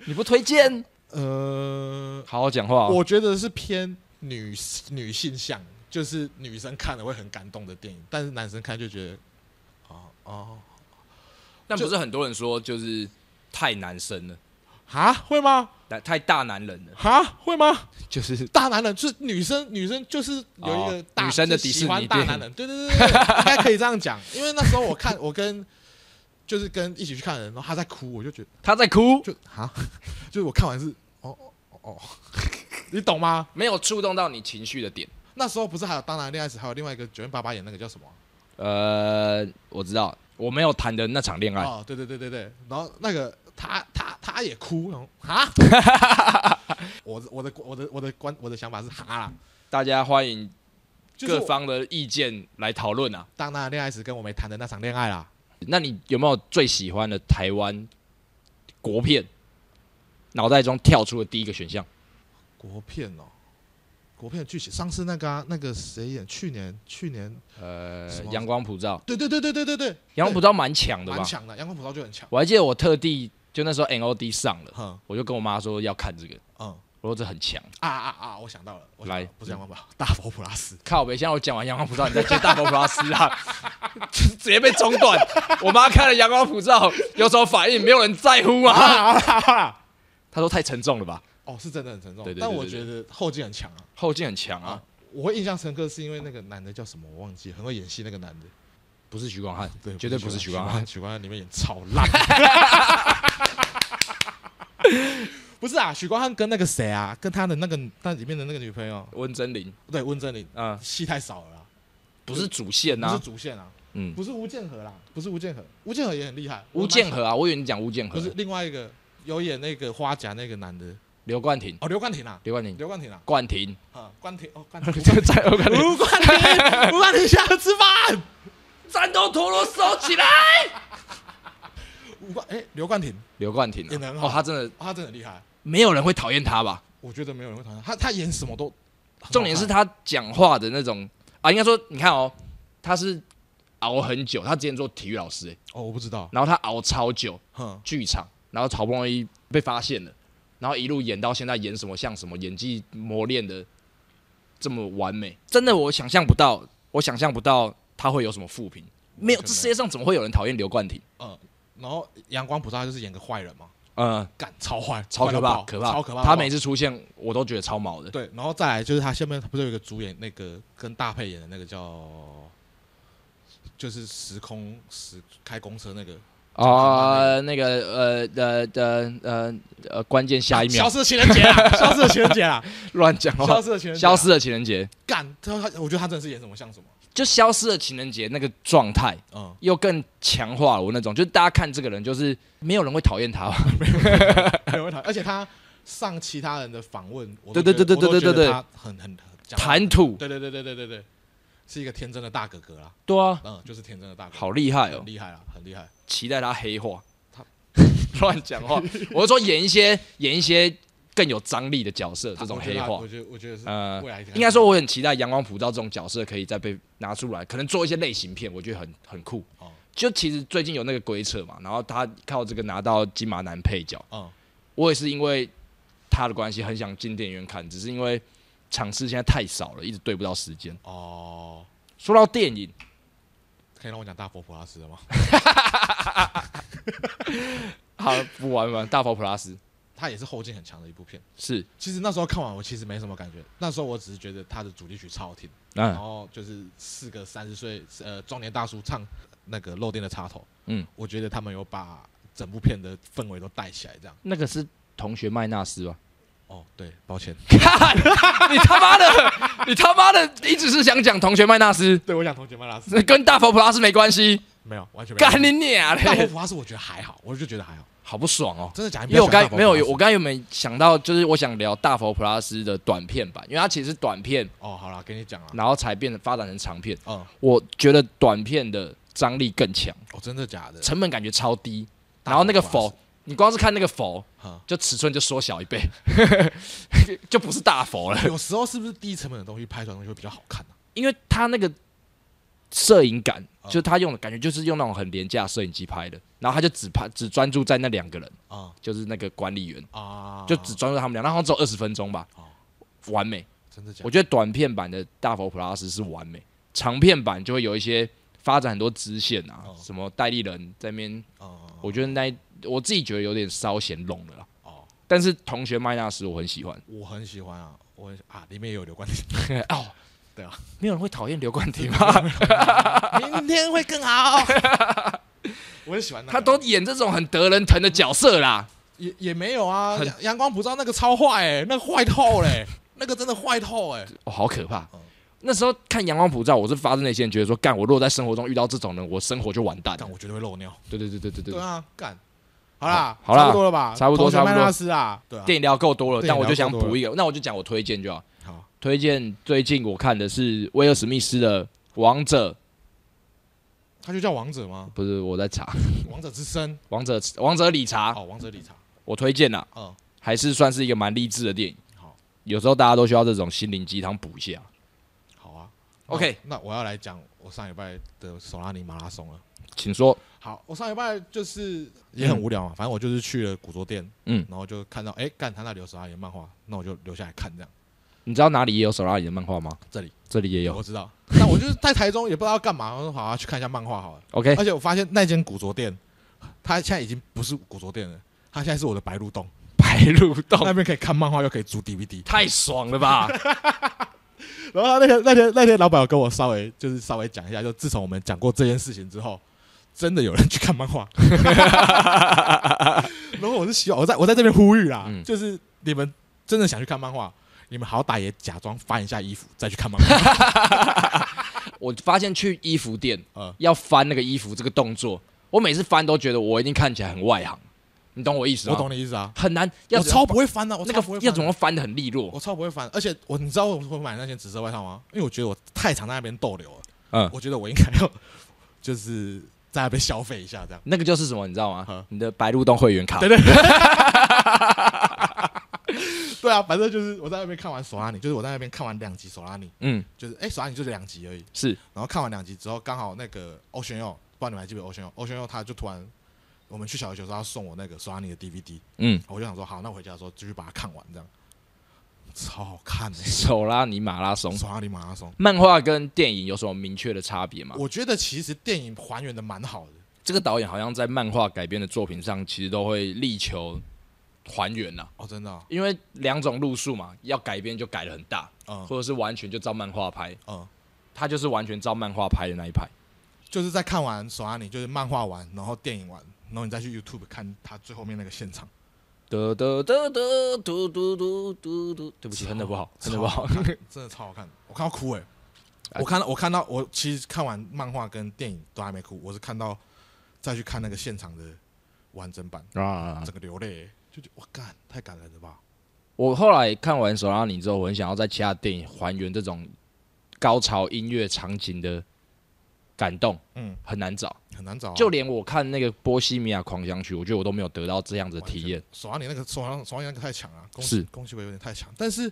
Speaker 2: 你不推荐？
Speaker 1: 呃，
Speaker 2: 好好讲话、哦。
Speaker 1: 我觉得是偏女女性向，就是女生看了会很感动的电影，但是男生看就觉得，哦哦，
Speaker 2: 但不是很多人说就是太男生了，
Speaker 1: 哈会吗？
Speaker 2: 太太大男人了，
Speaker 1: 哈会吗？
Speaker 2: 就是
Speaker 1: 大男人就是女生，女生就是有一个
Speaker 2: 哦
Speaker 1: 大、
Speaker 2: 女生的
Speaker 1: 就是
Speaker 2: 迪士
Speaker 1: 喜
Speaker 2: 尼
Speaker 1: 欢大
Speaker 2: 电
Speaker 1: 男
Speaker 2: 影
Speaker 1: 人，对对对对，对应该可以这样讲。因为那时候我看，我跟就是跟一起去看的人，然后他在哭，我就觉得
Speaker 2: 他在哭，
Speaker 1: 就 哈，就是我看完是哦哦哦， 你懂吗？
Speaker 2: 没有触动到你情绪的点。
Speaker 1: 那时候不是还有《当男人恋爱时》，还有另外一个九零八八演那个叫什么？啊
Speaker 2: 呃，我知道，我没有谈的那场恋爱，
Speaker 1: 哦，对对对对对，然后那个他他他也哭，然后哈， 我的我的我的我的观我的想法是哈啦，
Speaker 2: 大家欢迎
Speaker 1: 就是
Speaker 2: 各
Speaker 1: 我
Speaker 2: 方的意见来讨论啊。
Speaker 1: 当男人恋爱时跟我没谈的那场恋爱啦，
Speaker 2: 那你有没有最喜欢的台湾国片？脑袋中跳出的第一个选项，
Speaker 1: 国片哦，国片的剧情，上次那个、啊、那个谁演？去年去年，
Speaker 2: 呃
Speaker 1: 什，么
Speaker 2: 阳光普照，
Speaker 1: 对对对对对对对，
Speaker 2: 阳光普
Speaker 1: 对
Speaker 2: 照蛮强的吧
Speaker 1: 蛮？强的，阳光普照就很强，
Speaker 2: 我还记得我特地就那时候 NOD 上 了，
Speaker 1: 哼
Speaker 2: 我就跟我妈说要看这个，
Speaker 1: 嗯
Speaker 2: 我说这很强。
Speaker 1: 啊啊啊！我想到了，我想到了
Speaker 2: 来
Speaker 1: 不是阳光普照，大佛普拉斯，
Speaker 2: 靠北，现在我讲完阳光普照，你再接大佛普拉斯啊，就 直接被中断。我妈看了阳光普照有什么反应？没有人在乎啊。 她说太沉重了吧，
Speaker 1: 哦，是真的很沉重，
Speaker 2: 对对对
Speaker 1: 但
Speaker 2: 对
Speaker 1: 我
Speaker 2: 对
Speaker 1: 觉得后劲很强啊。
Speaker 2: 后劲很强啊
Speaker 1: 啊，我会印象深刻是因为那个男的叫什么我忘记，很会演戏那个男的，
Speaker 2: 不是徐光汉，
Speaker 1: 对，
Speaker 2: 绝对不是
Speaker 1: 许
Speaker 2: 徐
Speaker 1: 光
Speaker 2: 光汉，
Speaker 1: 许光汉里面演超 烂。不是啊，许光汉跟那个谁啊，跟他的那个那里面的那个女朋友，
Speaker 2: 温真菱，
Speaker 1: 对，温真菱，
Speaker 2: 嗯，
Speaker 1: 戏太少了啦，
Speaker 2: 不是主线
Speaker 1: 不
Speaker 2: 呐
Speaker 1: 是，主线啊，
Speaker 2: 嗯，
Speaker 1: 不是吴建和啦，不是吴建和，吴建和也很厉害。
Speaker 2: 吴建和啊，我以为你讲吴建
Speaker 1: 我蛮
Speaker 2: 和
Speaker 1: 喜，不是另外一个有演那个花甲那个男的
Speaker 2: 刘冠廷，
Speaker 1: 哦，刘冠廷啊，
Speaker 2: 刘冠廷，
Speaker 1: 刘冠廷啊，
Speaker 2: 冠廷，
Speaker 1: 啊，冠廷 哦，冠
Speaker 2: 这
Speaker 1: 廷
Speaker 2: 个，在 刘冠廷，
Speaker 1: 吴冠廷，吴冠廷下来吃饭。
Speaker 2: 战斗陀螺收起来，
Speaker 1: 吴冠哎，刘冠廷，
Speaker 2: 刘冠廷啊
Speaker 1: 演得很好
Speaker 2: 哦，他真的
Speaker 1: 哦他真的很厉害，
Speaker 2: 没有人会讨厌他吧？
Speaker 1: 我觉得没有人会讨厌他，他他演什么都
Speaker 2: 重点是他讲话的那种啊，应该说你看哦，他是熬很久，他之前做体育老师、欸，
Speaker 1: 哦，我不知道，
Speaker 2: 然后他熬超久，
Speaker 1: 哼，
Speaker 2: 剧场，然后好不容易被发现了，然后一路演到现在演什么像什么，演技磨练的这么完美，真的我想象不到，我想象不到他会有什么负评。没有，这世界上怎么会有人讨厌刘冠廷？
Speaker 1: 嗯然后阳光普照就是演个坏人嘛，
Speaker 2: 嗯，
Speaker 1: 干超坏，
Speaker 2: 超
Speaker 1: 坏到
Speaker 2: 可怕，
Speaker 1: 爆
Speaker 2: 可怕，
Speaker 1: 超可怕到爆。
Speaker 2: 他每次出现，我都觉得超毛的。
Speaker 1: 对，然后再来就是他下面不是有一个主演那个跟大配演的那个叫，就是时空时开公车那个
Speaker 2: 啊，那个呃呃呃呃呃，关键下一
Speaker 1: 啊消
Speaker 2: 秒
Speaker 1: 失的情人节 啊，消失的情人节啊，
Speaker 2: 乱讲话
Speaker 1: 消，失的情人节啊，
Speaker 2: 消失的情人节，
Speaker 1: 干他他，我觉得他真的是演什么像什么，
Speaker 2: 就消失的情人节那个状态，
Speaker 1: 嗯，
Speaker 2: 又更强化了我那种，就是大家看这个人，就是没有人会讨 厌他吧？
Speaker 1: 很会谈，而且他上其他人的访问，我
Speaker 2: 对对对对对对对对
Speaker 1: 他很很很讲得
Speaker 2: 谈吐，
Speaker 1: 对对对对对对对，是一个天真的大哥哥啦，
Speaker 2: 对啊，
Speaker 1: 嗯，就是天真的大哥哥，
Speaker 2: 好厉害哦
Speaker 1: 很，厉害啦，很厉害，
Speaker 2: 期待他黑化
Speaker 1: 他，
Speaker 2: 乱讲话，我是说演一些演一些更有张力的角色，这种黑
Speaker 1: 他
Speaker 2: 化
Speaker 1: 我，觉得我觉得我觉得是
Speaker 2: 呃
Speaker 1: 未来一定
Speaker 2: 应该说我很期待《阳光普照》这种角色可以再被拿出来，可能做一些类型片，我觉得很很酷
Speaker 1: 哦。
Speaker 2: 就其实最近有那个鬼扯嘛，然后他靠这个拿到金马男配角，
Speaker 1: 嗯
Speaker 2: 我也是因为他的关系很想进电影院看，只是因为场次现在太少了，一直对不到时间。
Speaker 1: 哦，
Speaker 2: 说到电影，
Speaker 1: 可以让我讲大佛普拉斯的吗？
Speaker 2: 好不玩玩大佛 plus
Speaker 1: 他也是后劲很强的一部片。
Speaker 2: 是
Speaker 1: 其实那时候看完，我其实没什么感觉。那时候我只是觉得他的主题曲超好听，然
Speaker 2: 嗯
Speaker 1: 后就是四个三十岁呃中年大叔唱那个漏电的插头，
Speaker 2: 嗯，
Speaker 1: 我觉得他们有把整部片的氛围都带起来，这样。
Speaker 2: 那个是同学麦纳斯吧？
Speaker 1: 哦，对，抱歉，
Speaker 2: 看 你他妈的，你他妈的，你只是想讲同学麦纳斯，
Speaker 1: 对我讲同学麦拉斯
Speaker 2: 跟大佛 plus 没关系，
Speaker 1: 没有，完全没有。
Speaker 2: 干你娘
Speaker 1: 大佛
Speaker 2: 嘞！
Speaker 1: 普拉斯我觉得还好，我就觉得还好，
Speaker 2: 好不爽哦。
Speaker 1: 真的假的？
Speaker 2: 因为我刚
Speaker 1: 你不
Speaker 2: 没
Speaker 1: 要
Speaker 2: 有
Speaker 1: 喜欢大佛普拉斯，
Speaker 2: 我刚原本想到，就是我想聊大佛普拉斯的短片版，因为它其实是短片，
Speaker 1: 哦，好了，跟你讲了，
Speaker 2: 然后才变得发展成长片。
Speaker 1: 嗯，
Speaker 2: 我觉得短片的张力更强，
Speaker 1: 哦，真的假的？
Speaker 2: 成本感觉超低，然后那个
Speaker 1: 大佛普拉斯
Speaker 2: 佛，你光是看那个佛
Speaker 1: 嗯，
Speaker 2: 就尺寸就缩小一倍， 就不是大佛了，
Speaker 1: 有时候是不是低成本的东西拍出来的东西会比较好看呢、
Speaker 2: 因为他那个摄影感，
Speaker 1: 嗯
Speaker 2: 就是他用的感觉就是用那种很廉价的摄影机拍的，然后他就只拍只专注在那两个人，
Speaker 1: 啊？
Speaker 2: 就是那个管理员，
Speaker 1: 啊啊，
Speaker 2: 就只专注他们俩，然后好像只有二十分钟吧
Speaker 1: 哦，
Speaker 2: 完美。
Speaker 1: 真的假
Speaker 2: 我
Speaker 1: 的？
Speaker 2: 觉得短片版的《大佛普拉斯》是完美，长片版就会有一些发展很多支线啊，
Speaker 1: 哦
Speaker 2: 什么戴立人在那边，
Speaker 1: 哦
Speaker 2: 我觉得那一我自己觉得有点稍显拢了啦。
Speaker 1: 哦，
Speaker 2: 但是同学麦纳斯我很喜欢，
Speaker 1: 我很喜欢啊，我很喜啊，里面也有刘冠 廷。
Speaker 2: 哦，
Speaker 1: 对啊，
Speaker 2: 没有人会讨厌刘冠廷吗？
Speaker 1: 明天会更好。 我很喜欢那个
Speaker 2: 他都演这种很得人疼的角色啦，
Speaker 1: 也也没有啊，
Speaker 2: 很
Speaker 1: 阳阳光普照那个超坏哎、那个坏透嘞、那个真的坏透哎、
Speaker 2: 哦，好可怕
Speaker 1: 嗯。
Speaker 2: 那时候看《阳光普照》，我是发自内心地觉得说，干，我如果在生活中遇到这种人，我生活就完蛋 了
Speaker 1: 但。我绝对会漏尿。
Speaker 2: 对对对对对
Speaker 1: 对
Speaker 2: 对，
Speaker 1: 啊，干，好啦，
Speaker 2: 好好啦
Speaker 1: 差不多了吧，
Speaker 2: 差不
Speaker 1: 同
Speaker 2: 多
Speaker 1: 学
Speaker 2: 差
Speaker 1: 麦
Speaker 2: 不多
Speaker 1: 纳斯啊，对啊，
Speaker 2: 电影聊够多了，
Speaker 1: 电影
Speaker 2: 但我就
Speaker 1: 聊
Speaker 2: 想
Speaker 1: 够多了
Speaker 2: 补一个，那我就讲我推荐就好。
Speaker 1: 好，
Speaker 2: 推荐最近我看的是威尔史密斯的《王者》，
Speaker 1: 他就叫王者 吗？
Speaker 2: 不是我在 查《
Speaker 1: 王者之声
Speaker 2: 王者王者理查》，
Speaker 1: 哦，王者理查，
Speaker 2: 我推荐啦，
Speaker 1: 嗯，
Speaker 2: 还是算是一个蛮励志的电影
Speaker 1: 好。
Speaker 2: 有时候大家都需要这种心灵鸡汤补一下。
Speaker 1: 好啊
Speaker 2: OK
Speaker 1: 那那我要来讲我上礼拜的索拉尼马拉松了。
Speaker 2: 请说，
Speaker 1: 好，我上礼拜就是也很无聊嘛，反正我就是去了古着店，
Speaker 2: 嗯
Speaker 1: 然后就看到哎，干他那里有手拉里的漫画，那我就留下来看这样。
Speaker 2: 你知道哪里也有手拉里的漫画吗？
Speaker 1: 这里，
Speaker 2: 这里也有。
Speaker 1: 我知道，但我就是在台中也不知道要干嘛，我说好啊，去看一下漫画好了。
Speaker 2: OK，
Speaker 1: 而且我发现那间古着店，它现在已经不是古着店了，它现在是我的白鹿洞，
Speaker 2: 白鹿
Speaker 1: 那
Speaker 2: 洞
Speaker 1: 边可以看漫画又可以租 DVD。
Speaker 2: 太爽 了吧！
Speaker 1: 然后他那天那天那天老板有跟我稍微就是稍微讲一下，就自从我们讲过这件事情之后，真的有人去看漫画。 然后我是希望我在我在这边呼吁啦，
Speaker 2: 嗯
Speaker 1: 就是你们真的想去看漫画，你们好歹也假装翻一下衣服再去看漫 画。
Speaker 2: 我发现去衣服店
Speaker 1: 嗯
Speaker 2: 要翻那个衣服这个动作，我每次翻都觉得我一定看起来很外行，你懂我意思吗？
Speaker 1: 我懂你意思啊，
Speaker 2: 很难，要
Speaker 1: 我
Speaker 2: 怎么
Speaker 1: 超不会翻的、啊我
Speaker 2: 那
Speaker 1: 超不
Speaker 2: 个
Speaker 1: 会
Speaker 2: 要
Speaker 1: 翻
Speaker 2: 怎
Speaker 1: 的、
Speaker 2: 么翻的很利落。
Speaker 1: 我超不会翻，而且我你知道我为什么买那件紫色外套吗？因为我觉得我太常在那边逗留了，
Speaker 2: 嗯
Speaker 1: 我觉得我应该要就是在那边消费一下这样。
Speaker 2: 那个就是什么，你知道吗
Speaker 1: 嗯？
Speaker 2: 你的白鹿洞会员卡
Speaker 1: 对，对，对啊，反正就是我在那边看完索拉尼，就是我在那边看完两集索拉尼，
Speaker 2: 嗯，
Speaker 1: 就是哎、索拉尼就是两集而已。
Speaker 2: 是
Speaker 1: 然后看完两集之后，刚好那个欧旋佑，不知道你们还记不记得欧旋佑？欧旋佑他就突然我们去小琉球的时候，他送我那个索拉尼的 DVD，
Speaker 2: 嗯，
Speaker 1: 我就想说好，那我回家的时候继续把它看完，这样超好看的、
Speaker 2: 手拉尼马拉松。
Speaker 1: 索拉尼马拉松。
Speaker 2: 漫画跟电影有什么明确的差别吗？
Speaker 1: 我觉得其实电影还原的蛮好的，
Speaker 2: 这个导演好像在漫画改编的作品上，其实都会力求还原呐、
Speaker 1: 哦，真的哦、
Speaker 2: 因为两种路数嘛，要改编就改的很大，
Speaker 1: 嗯
Speaker 2: 或者是完全就照漫画拍，
Speaker 1: 嗯，
Speaker 2: 他就是完全照漫画拍的那一派。
Speaker 1: 就是在看完索拉尼，就是漫画完，然后电影完，然后你再去 YouTube 看他最后面那个现场，
Speaker 2: 得得得得嘟嘟嘟嘟嘟，对不起，真的不好，真的不好啊
Speaker 1: 超。 看，真的超好看，我看到哭哎、我看到我看到我其实看完漫画跟电影都还没哭，我是看到再去看那个现场的完整版，
Speaker 2: 啊！
Speaker 1: 整个流泪欸、就觉得我干太感人了吧，
Speaker 2: 我后来看完《手拉你》之后，我很想要在其他电影还原这种高潮音乐场景的感动，
Speaker 1: 嗯，
Speaker 2: 很难找。
Speaker 1: 很难找啊、
Speaker 2: 就连我看那个《波西米亚狂想曲》，我觉得我都没有得到这样子的体验。
Speaker 1: 手拉你那个手上手拉你那个太强啊了，宫
Speaker 2: 是
Speaker 1: 宫崎葵有点太强，但是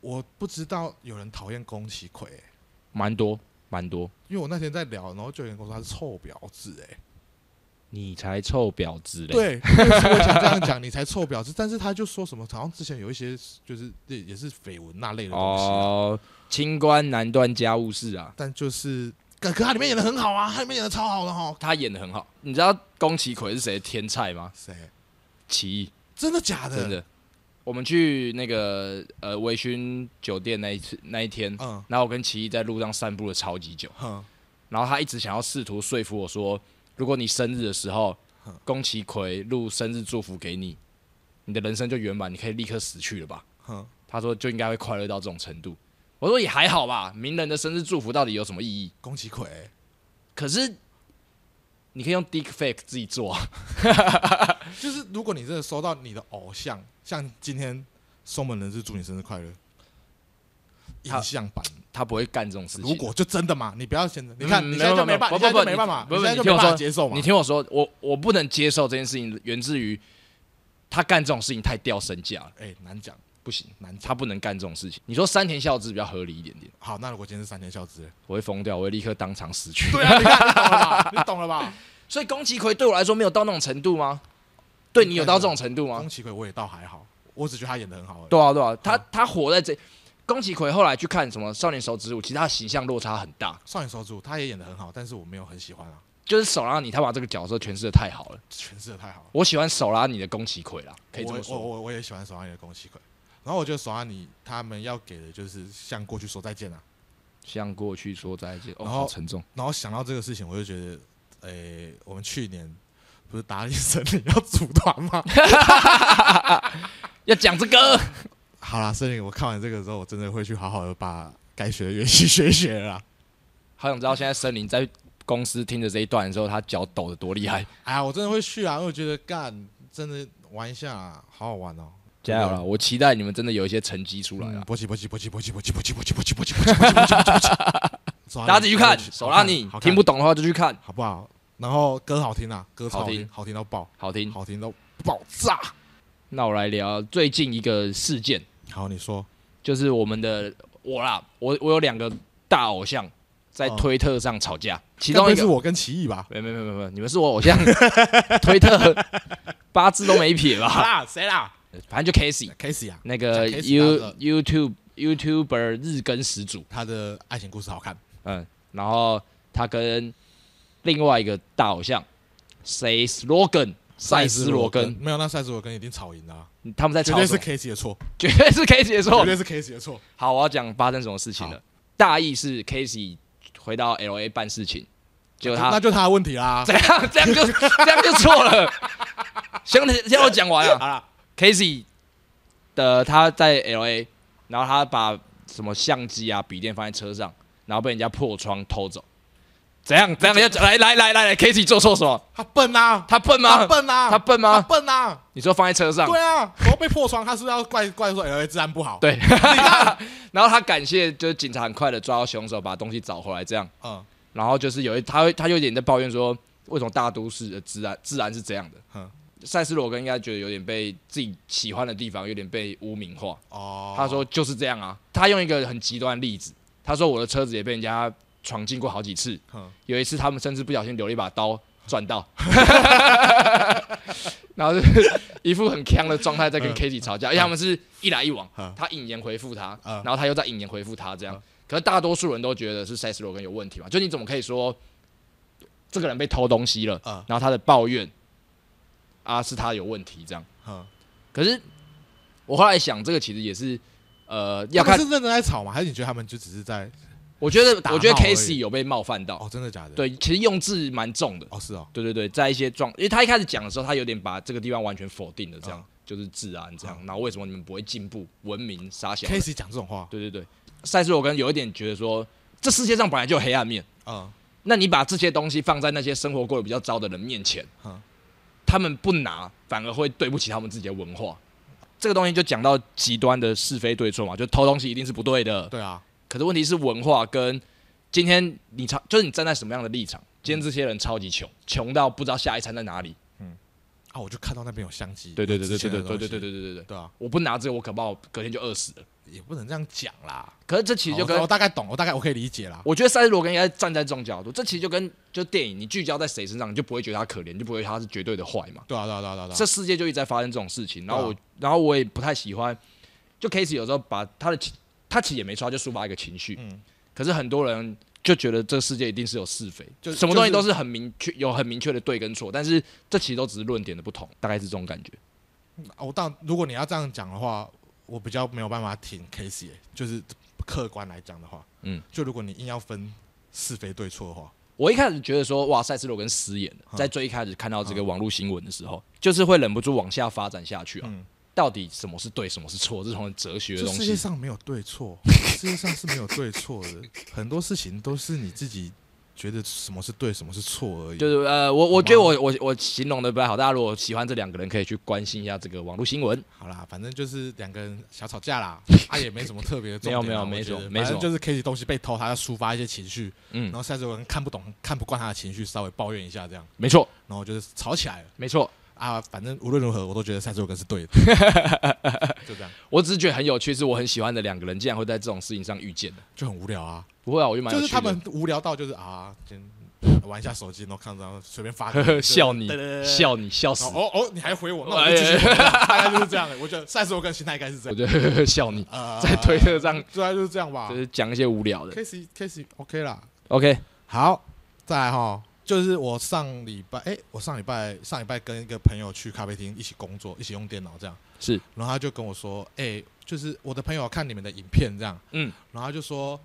Speaker 1: 我不知道有人讨厌宫崎葵欸、
Speaker 2: 蛮多蛮多。
Speaker 1: 因为我那天在聊，然后就有人跟我说他是臭婊子哎、
Speaker 2: 你才臭婊子嘞！，
Speaker 1: 对，所以我想这样讲，你才臭婊子。但是他就说什么，好像之前有一些就是也也是绯闻那类的东西啊、
Speaker 2: 哦，清官难断家务事啊，
Speaker 1: 但就是，可可他里面演的很好啊，他里面演的超好的哈。
Speaker 2: 他演的很好。你知道宫崎葵是谁的天菜吗？
Speaker 1: 谁？
Speaker 2: 奇异，
Speaker 1: 真的假的？
Speaker 2: 真。的。我们去那个呃微醺酒店那一次那一天，
Speaker 1: 嗯
Speaker 2: 然后我跟奇艺在路上散步了超级久，
Speaker 1: 哼，
Speaker 2: 然后他一直想要试图说服我说，如果你生日的时候
Speaker 1: 哼，
Speaker 2: 宫崎葵录生日祝福给你，你的人生就圆满，你可以立刻死去了吧？
Speaker 1: 哼，
Speaker 2: 他说就应该会快乐到这种程度。我说也还好吧，名人的生日祝福到底有什么意义？
Speaker 1: 宫崎葵，
Speaker 2: 可是你可以用 Dick Fake 自己做啊。
Speaker 1: 就是如果你真的收到你的偶像，像今天松本人是祝你生日快乐，
Speaker 2: 他
Speaker 1: 影像版。
Speaker 2: 他不会干这种事情。
Speaker 1: 如果就真的嘛，你不要现在，你看
Speaker 2: 嗯
Speaker 1: 你现在就没办，
Speaker 2: 不
Speaker 1: 你
Speaker 2: 不
Speaker 1: 现在
Speaker 2: 不，
Speaker 1: 就没办法，
Speaker 2: 不
Speaker 1: 你现
Speaker 2: 不，
Speaker 1: 在
Speaker 2: 你
Speaker 1: 就没
Speaker 2: 听我
Speaker 1: 办法
Speaker 2: 说，
Speaker 1: 接受嘛
Speaker 2: 你。听我说，我我不能接受这件事情，源自于他干这种事情太掉身价了，
Speaker 1: 哎，难讲
Speaker 2: 不行，
Speaker 1: 难讲。
Speaker 2: 他不能干这种事情。你说山田孝之比较合理一点点，
Speaker 1: 好，那如果今天是三天孝之，
Speaker 2: 我会疯掉，我会立刻当场死去。
Speaker 1: 对啊，你 看你懂了吧？你懂了吧？
Speaker 2: 所以宫崎葵对我来说没有到那种程度吗？对你有到这种程度吗
Speaker 1: 宫？崎葵我也倒还好，我只觉得他演的很好而已。
Speaker 2: 对啊，对啊，他他活在这。宫崎葵后来去看什么《少年手指舞》，其实他的形象落差很大，
Speaker 1: 少年守主他也演的很好，但是我没有很喜欢啊，
Speaker 2: 就是手拉你他把这个角色诠释的太好了。
Speaker 1: 诠释的太好了。
Speaker 2: 我喜欢手拉你的宫崎葵啦，可以这么
Speaker 1: 我
Speaker 2: 说。
Speaker 1: 我我我也喜欢手拉尼的宫崎葵，然后我觉得手拉尼他们要给的就是向过去说再见啊。
Speaker 2: 向过去说再见，哦，
Speaker 1: 然后
Speaker 2: 好沉重。
Speaker 1: 然后想到这个事情，我就觉得，诶、我们去年不是达利森林要组团吗？
Speaker 2: 要讲这个，
Speaker 1: 好啦，森林，我看完这个之后，我真的会去好好的把该学的乐器学一学了啦。
Speaker 2: 好想知道现在森林在公司听着这一段的时候，他脚抖得多厉害。
Speaker 1: 哎呀，我真的会去啊，因为我觉得干真的玩一下、好好玩哦。
Speaker 2: 加油啦！我期待你们真的有一些成绩出来
Speaker 1: 嗯
Speaker 2: 啊！
Speaker 1: 勃起勃起勃起勃起勃起勃起勃起勃起勃起勃起勃起勃起勃起勃起，
Speaker 2: 大家自己去看，手拉你
Speaker 1: 好
Speaker 2: 听不懂的话就去看，
Speaker 1: 好不好？然后歌好听啊，歌超
Speaker 2: 好听
Speaker 1: 好听到爆，
Speaker 2: 好听。
Speaker 1: 好听到爆炸。
Speaker 2: 那我来聊最近一个事件，
Speaker 1: 好，你说
Speaker 2: 就是我们的我啦，我我有两个大偶像在
Speaker 1: 哦
Speaker 2: 推特上吵架，其中一
Speaker 1: 该不会是
Speaker 2: 个
Speaker 1: 我跟奇艺吧？
Speaker 2: 没没没没没，你们是我偶像， 推特八字都没 撇吧？
Speaker 1: 啦，啊谁啦
Speaker 2: 反正就 Casey
Speaker 1: ？Casey 啊，
Speaker 2: 那个
Speaker 1: 讲 Casey
Speaker 2: You
Speaker 1: 大哥
Speaker 2: YouTube YouTuber 日更始祖，
Speaker 1: 他的爱情故事好看。
Speaker 2: 嗯，然后他跟另外一个大偶像谁 Slogan 塞斯罗根，
Speaker 1: 没有，那塞斯罗根一定吵赢了啊，
Speaker 2: 他们在
Speaker 1: 绝
Speaker 2: 吵
Speaker 1: 对
Speaker 2: 什
Speaker 1: 是
Speaker 2: 么？ 哦
Speaker 1: Casey 的错，
Speaker 2: 绝对是 Casey 的
Speaker 1: 绝
Speaker 2: 错。
Speaker 1: 对是 Casey 的错。
Speaker 2: 好，我要讲发生什么事情了
Speaker 1: 好。
Speaker 2: 大意是 Casey 回到 LA 办事情，结果
Speaker 1: 那
Speaker 2: 他
Speaker 1: 就他的问题啦
Speaker 2: 怎。样？这样就这样就错了。兄弟，让我讲完啊。
Speaker 1: 好啦，
Speaker 2: Casey 的他在 LA，然后他把什么相机啊、笔电放在车上，然后被人家破窗偷走。怎样？怎样？要来来来来来，Casey 做错什么？
Speaker 1: 他笨啊，
Speaker 2: 他笨吗？
Speaker 1: 他笨啊，
Speaker 2: 他笨
Speaker 1: 他
Speaker 2: 吗？
Speaker 1: 笨啊。
Speaker 2: 你说放在车上？
Speaker 1: 对啊，然后被破窗，他是不是要怪怪说哎 L A 治安不好？，
Speaker 2: 对。 然后他感谢，就是警察很快的抓到凶手，把东西找回来，这样。
Speaker 1: 嗯
Speaker 2: 然后就是有一，他会他有点在抱怨说，为什么大都市的治安治安是这样的？
Speaker 1: 哼，
Speaker 2: 塞斯罗根应该觉得有点被自己喜欢的地方有点被污名化。
Speaker 1: 哦，
Speaker 2: 他说就是这样啊，他用一个很极端的例子，他说我的车子也被人家闯进过好几次，
Speaker 1: 哼，
Speaker 2: 有一次他们甚至不小心留了一把刀赚到， 然后就是一副很呛的状态在跟
Speaker 1: 嗯
Speaker 2: Kitty 吵架，而且他们是一来一往
Speaker 1: 嗯，
Speaker 2: 他引言回复他，
Speaker 1: 嗯
Speaker 2: 然后他又再引言回复他，这样
Speaker 1: 嗯。
Speaker 2: 可是大多数人都觉得是塞斯罗根有问题嘛，就你怎么可以说这个人被偷东西了
Speaker 1: 嗯，
Speaker 2: 然后他的抱怨啊是他有问题这样？
Speaker 1: 哼，
Speaker 2: 可是我后来想，这个其实也是呃要
Speaker 1: 要
Speaker 2: 看
Speaker 1: 看，是认真在吵吗？还是你觉得他们就只是在
Speaker 2: 我觉得
Speaker 1: 打
Speaker 2: 我觉得
Speaker 1: 闹而已
Speaker 2: Casey 有被冒犯到，
Speaker 1: 哦，真的假的？，
Speaker 2: 对，其实用字蛮重的。
Speaker 1: 哦是哦，
Speaker 2: 对对对，在一些状，因为他一开始讲的时候，他有点把这个地方完全否定了，这样、
Speaker 1: 嗯
Speaker 2: 就是治安这样。
Speaker 1: 啊
Speaker 2: 然后为什么你们不会进步、文明、傻小的？
Speaker 1: Casey 讲这种话，
Speaker 2: 对对对，塞斯罗根有一点觉得说，这世界上本来就有黑暗面，
Speaker 1: 嗯，
Speaker 2: 那你把这些东西放在那些生活过得比较糟的人面前，
Speaker 1: 嗯
Speaker 2: 他们不拿，反而会对不起他们自己的文化。这个东西就讲到极端的是非对错嘛，就偷东西一定是不对的，
Speaker 1: 对啊，
Speaker 2: 可是问题是文化跟今天你超，就是你站在什么样的立场？今天这些人超级穷，穷到不知道下一餐在哪里。
Speaker 1: 啊，我就看到那边有相机，
Speaker 2: 对对对
Speaker 1: 有
Speaker 2: 对
Speaker 1: 之前
Speaker 2: 对
Speaker 1: 的
Speaker 2: 对对对
Speaker 1: 东
Speaker 2: 对
Speaker 1: 西
Speaker 2: 对对对对，
Speaker 1: 对啊，
Speaker 2: 我不拿这个，我可不好隔天就饿死了。
Speaker 1: 也不能这样讲啦。
Speaker 2: 可是这其实就
Speaker 1: 哦
Speaker 2: 跟
Speaker 1: 我我大概懂，我大概我可以理解啦。
Speaker 2: 我觉得塞斯罗根应该站在这种角度，这其实就跟就电影你聚焦在谁身上，你就不会觉得他可怜，你就不会觉得他是绝对的坏嘛。
Speaker 1: 对啊，对啊，对啊，对啊对啊。
Speaker 2: 这世界就一直在发生这种事情，然后我
Speaker 1: 对啊
Speaker 2: 然后我也不太喜欢，就 Case 有时候把他的情，他其实也没错，他就抒发一个情绪，
Speaker 1: 嗯
Speaker 2: 可是很多人就觉得这个世界一定是有是非，
Speaker 1: 就嗯
Speaker 2: 什么东西
Speaker 1: 就
Speaker 2: 都
Speaker 1: 是
Speaker 2: 是很明确有很明确的对跟错，但是这其实都只是论点的不同，大概是这种感觉。
Speaker 1: 啊我当如果你要这样讲的话，我比较没有办法挺 Casey，欸就是客观来讲的话，
Speaker 2: 嗯，
Speaker 1: 就如果你硬要分是非对错的话，
Speaker 2: 我一开始觉得说，哇，塞斯罗根失言了。
Speaker 1: 嗯
Speaker 2: 在最一开始看到这个网络新闻的时候，就是会忍不住往下发展下去啊。
Speaker 1: 嗯
Speaker 2: 到底什么是对，什么是错，这种哲学的
Speaker 1: 这
Speaker 2: 东
Speaker 1: 世界
Speaker 2: 西。
Speaker 1: 上没有对 错，世界上是没有对错的，很多事情都是你自己觉得什么是对，什么是错而已。
Speaker 2: 就是呃，我我觉得我我我形容的不太好，大家如果喜欢这两个人，可以去关心一下这个网络新闻。
Speaker 1: 好啦，反正就是两个人小吵架 啦，啊也没什么特别的重
Speaker 2: 没
Speaker 1: 点
Speaker 2: 有
Speaker 1: 啦，
Speaker 2: 没有
Speaker 1: 我觉
Speaker 2: 没什么
Speaker 1: 得
Speaker 2: 没
Speaker 1: 反
Speaker 2: 什么
Speaker 1: 正就是 Casey 东西被偷，他要抒发一些情绪，然
Speaker 2: 嗯，
Speaker 1: 后赛哲人看不懂、看不惯他的情绪，稍微抱怨一下这样，
Speaker 2: 没错，
Speaker 1: 然后就是吵起来了
Speaker 2: 没错。
Speaker 1: 啊。反正无论如何，我都觉得赛哲人是对的，就这样，
Speaker 2: 我只是觉得很有趣，是我很喜欢的两个人，竟然会在这种事情上遇见的。
Speaker 1: 就很无聊啊。
Speaker 2: 不会啊，我就蛮有
Speaker 1: 就
Speaker 2: 趣
Speaker 1: 是
Speaker 2: 的
Speaker 1: 他们无聊到就是啊，先玩一下手机，然后看到随便发
Speaker 2: 呵
Speaker 1: 个
Speaker 2: 呵笑你
Speaker 1: 对
Speaker 2: 哎
Speaker 1: 对对对
Speaker 2: 笑你笑死
Speaker 1: 然
Speaker 2: 你，
Speaker 1: 后哦哦，你还回我，那我就继续回， 大概就是这样的。我觉得赛斯我跟心态应该是这
Speaker 2: 我
Speaker 1: 样，
Speaker 2: 就呵呵呵笑你，
Speaker 1: 呃，
Speaker 2: 在推特上
Speaker 1: 大概就是这样吧
Speaker 2: 就。是讲一些无聊的。
Speaker 1: K C K C OK 啦，
Speaker 2: OK，
Speaker 1: 好，再来哈，就是我上礼拜，哎、我上礼拜上礼拜跟一个朋友去咖啡厅一起工作，一起用电脑这样，
Speaker 2: 是，
Speaker 1: 然后他就跟我说，哎、就是我的朋友看你们的影片这样，
Speaker 2: 嗯，
Speaker 1: 然后他就说，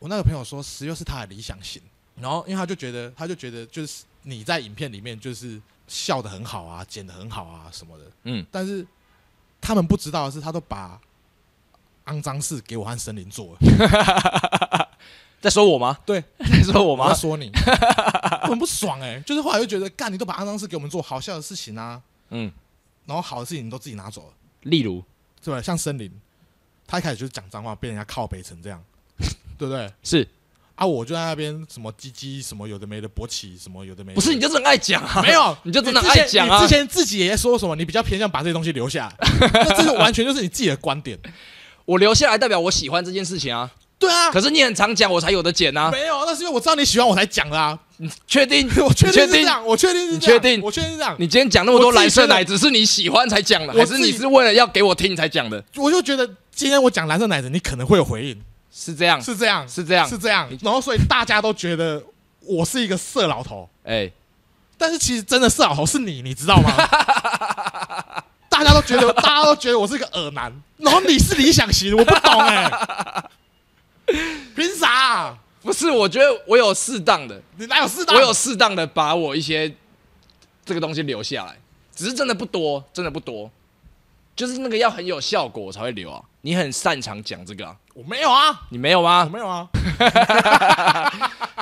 Speaker 1: 我那个朋友说十六是他的理想型，然后因为他就觉得，他就觉得就是你在影片里面就是笑的很好啊，剪的很好啊什么的，
Speaker 2: 嗯，
Speaker 1: 但是他们不知道的是，他都把肮脏事给我和森林做了，
Speaker 2: 在说我吗？
Speaker 1: 对，
Speaker 2: 在说我
Speaker 1: 我
Speaker 2: 吗
Speaker 1: 要？说你， 我很不爽哎、就是后来就觉得，干你都把肮脏事给我们做，好笑的事情啊，
Speaker 2: 嗯，
Speaker 1: 然后好的事情你都自己拿走了，
Speaker 2: 例如
Speaker 1: 对吧？像森林，他一开始就是讲脏话，被人家靠北成这样， 对不对？
Speaker 2: 是
Speaker 1: 啊，我就在那边什么鸡鸡什么有的没的勃起什么有的没的，
Speaker 2: 不是你就是很爱讲啊？
Speaker 1: 没有，
Speaker 2: 你就真的
Speaker 1: 之前
Speaker 2: 爱讲啊
Speaker 1: 你之前自己也说什么，你比较偏向把这些东西留下来， 那这是完全就是你自己的观点。
Speaker 2: 我留下来代表我喜欢这件事情啊。
Speaker 1: 对 啊，
Speaker 2: 可是你很常讲，我才有的剪啊。
Speaker 1: 没有，那是因为我知道你喜欢我才讲的啊。
Speaker 2: 确定？
Speaker 1: 我确定
Speaker 2: 确
Speaker 1: 是这
Speaker 2: 定？
Speaker 1: 样，我确定是
Speaker 2: 你
Speaker 1: 这样，
Speaker 2: 确定
Speaker 1: 我确定是这样。
Speaker 2: 你今天讲那么多
Speaker 1: 我自己
Speaker 2: 蓝色
Speaker 1: 觉得
Speaker 2: 奶，只是你喜欢才讲的，还
Speaker 1: 我
Speaker 2: 是
Speaker 1: 自己
Speaker 2: 你是为了要给我听才讲的？
Speaker 1: 我就觉得今天我讲蓝色奶子，你可能会有回应，
Speaker 2: 是这样？
Speaker 1: 是这样，
Speaker 2: 啊是这样
Speaker 1: 是这样。然后所以大家都觉得我是一个色老头，
Speaker 2: 哎，
Speaker 1: 但是其实真的色老头是你，你知 道吗？大家都觉得，大家都觉得我是一个耳男，然后你是理想型，我不懂哎、凭啥啊、
Speaker 2: 不是，我觉得我有适当的，
Speaker 1: 你哪有适当？
Speaker 2: 我有适当的把我一些这个东西留下来，只是真的不多，真的不多，就是那个要很有效果我才会留啊。你很擅长讲这个啊，
Speaker 1: 我没有啊，
Speaker 2: 你没有
Speaker 1: 我
Speaker 2: 吗？
Speaker 1: 没有啊。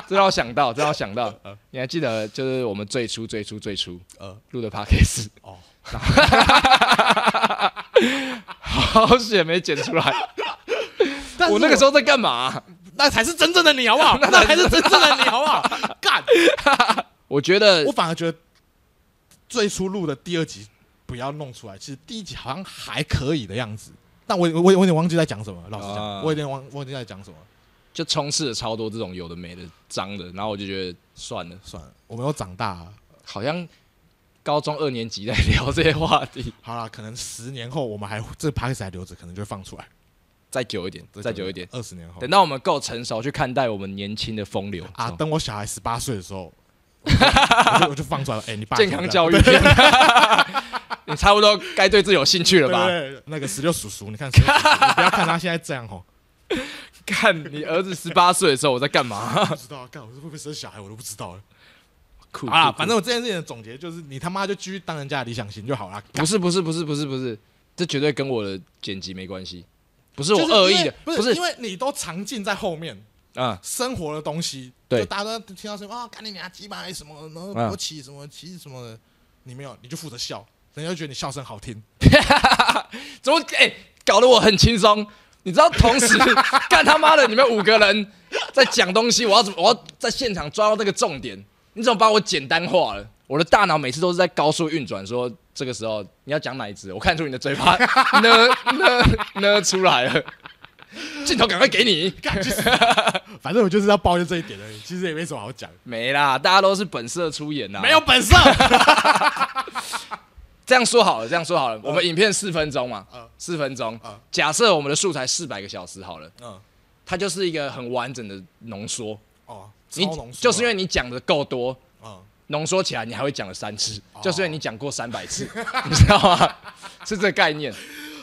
Speaker 2: 这让我想到，这让我 想到，你还记得就是我们最初最初最初
Speaker 1: 呃，
Speaker 2: 录的 podcast
Speaker 1: 哦，
Speaker 2: 好险没剪出来。
Speaker 1: 但是
Speaker 2: 我那个时候在干嘛啊、
Speaker 1: 那才是真正的你，好不 好？那才是真正的你，好不好？干，
Speaker 2: 我觉得
Speaker 1: 我反而觉得最初录的第二集不要弄出来，其实第一集好像还可以的样子，但我我我有点忘记在讲什么，老实
Speaker 2: 啊
Speaker 1: 讲，我有点忘忘记在讲什么，
Speaker 2: 就充斥了超多这种有的没的脏的，然后我就觉得算了，
Speaker 1: 算了，我们又长大啊了，
Speaker 2: 好像高中二年级在 聊这些话题，
Speaker 1: 好啦，可能十年后我们还这个 p a c k a g e 还留着，可能就会放出来，
Speaker 2: 再久一点，再久一点，
Speaker 1: 二十年后
Speaker 2: 等到我们够成熟去看待我们年轻的风流
Speaker 1: 啊，
Speaker 2: 这种
Speaker 1: 等我小孩十八岁的时 候，我就我就放出来了，哎，你爸
Speaker 2: 健康教育片， 你差不多该对自己有兴趣了
Speaker 1: 对吧？
Speaker 2: 吧？
Speaker 1: 对对那个十六叔叔，你看16叔叔，你不要看他现在这样哦，
Speaker 2: 看你儿子十八岁的时候我在干嘛？
Speaker 1: 不知道，干我是会不会生小孩，我都不知道了。
Speaker 2: 酷
Speaker 1: 啊，
Speaker 2: 酷酷
Speaker 1: 反正我这件事情的总结就是，你他妈就继续当人家的理想型就好啦。
Speaker 2: 不是不是不是不是不是，这绝对跟我的剪辑没关系，不是
Speaker 1: 就
Speaker 2: 我
Speaker 1: 是
Speaker 2: 恶
Speaker 1: 因
Speaker 2: 意
Speaker 1: 为
Speaker 2: 的，
Speaker 1: 不
Speaker 2: 不是
Speaker 1: 因为你都藏进在后面
Speaker 2: 啊，
Speaker 1: 生活的东西，
Speaker 2: 对
Speaker 1: 就大家都听到什么啊，干你娘鸡巴什么，然后
Speaker 2: 嗯
Speaker 1: 国旗什么旗什么的，你没有，你就负责笑，人家就觉得你笑声好听。
Speaker 2: 怎么哎、搞得我很轻松？你知道，同 时干他妈的，你们五个人在讲东西，我要怎么？我要在现场抓到这个重点？你怎么把我简单化了？我的大脑每次都是在高速运转，说这个时候你要讲哪一只？我看出你的嘴巴 呢呢呢出来了，镜头赶快给你。
Speaker 1: 干去死！反正我就是要抱怨这一点而已，其实也没什么好讲，
Speaker 2: 没啦，大家都是本色出演啊啦。
Speaker 1: 没有本事。啊
Speaker 2: 这样说好了，这样说好了，我们影片四分钟嘛
Speaker 1: 嗯，
Speaker 2: 四分钟
Speaker 1: 嗯。
Speaker 2: 假设我们的素材四百个小时好了，
Speaker 1: 嗯，
Speaker 2: 它就是一个很完整的浓缩。
Speaker 1: 哦，
Speaker 2: 你
Speaker 1: 超浓缩
Speaker 2: 就是因为你讲的够多，
Speaker 1: 嗯，
Speaker 2: 浓缩起来你还会讲了三次，
Speaker 1: 哦
Speaker 2: 就是因为你讲过三百 次，你知道吗？是这个概念。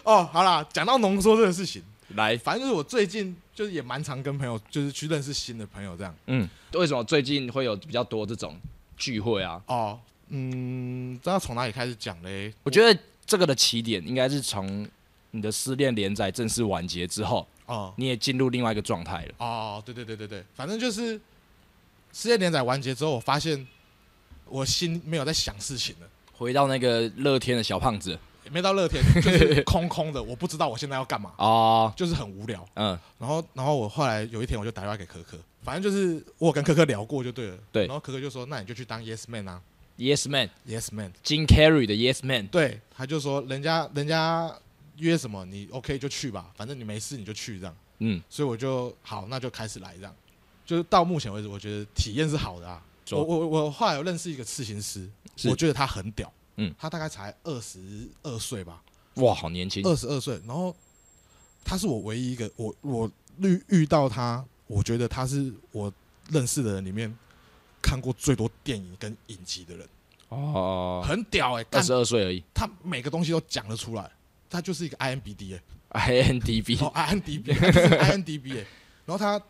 Speaker 1: 哦，好啦，讲到浓缩这个事情，
Speaker 2: 来，
Speaker 1: 反正就是我最近就是也蛮常跟朋友，就是去认识新的朋友这样。
Speaker 2: 嗯，为什么最近会有比较多这种聚会啊？
Speaker 1: 哦，嗯，知道从哪里开始讲嘞？
Speaker 2: 我觉得这个的起点应该是从你的失恋连载正式完结之后，
Speaker 1: 哦
Speaker 2: 你也进入另外一个状态了。
Speaker 1: 哦，对对对对对，反正就是世界连载完结之后，我发现我心没有在想事情了，
Speaker 2: 回到那个乐天的小胖子
Speaker 1: 也没到乐 天，就是空空的，我不知道我现在要干嘛，
Speaker 2: 哦，
Speaker 1: 就是很无聊。
Speaker 2: 嗯，
Speaker 1: 然后，然后我后来有一天我就打电话给可可，反正就是我有跟可可聊过就对了。
Speaker 2: 对
Speaker 1: 然后可可就说：“那你就去当 Yes Man 啊
Speaker 2: Yes Man，Jim
Speaker 1: ，Yes Man。
Speaker 2: Carrey 的 Yes Man，”
Speaker 1: 对，他就说：“人家人家约什么，你 OK 就去吧，反正你没事你就去这样。”
Speaker 2: 嗯，
Speaker 1: 所以我就好，那就开始来这样。就是到目前为止，我觉得体验是好的啊。
Speaker 2: 说
Speaker 1: 我我我后来有认识一个刺青师，
Speaker 2: 是
Speaker 1: 我觉得他很屌，
Speaker 2: 嗯，
Speaker 1: 他大概才二十二岁吧，
Speaker 2: 哇，好年轻，
Speaker 1: 二十二岁，然后他是我唯一一个我我遇遇到他，我觉得他是我认识的人里面看过最多电影跟影集的人，
Speaker 2: 哦，
Speaker 1: 很屌哎、欸，
Speaker 2: 二
Speaker 1: 但
Speaker 2: 十二岁而已
Speaker 1: 他每个东西都讲得出来，他就是一个 IMBD 哎、
Speaker 2: ，INTV，
Speaker 1: 哦，INDB，他就是 INDB 哎。 然后他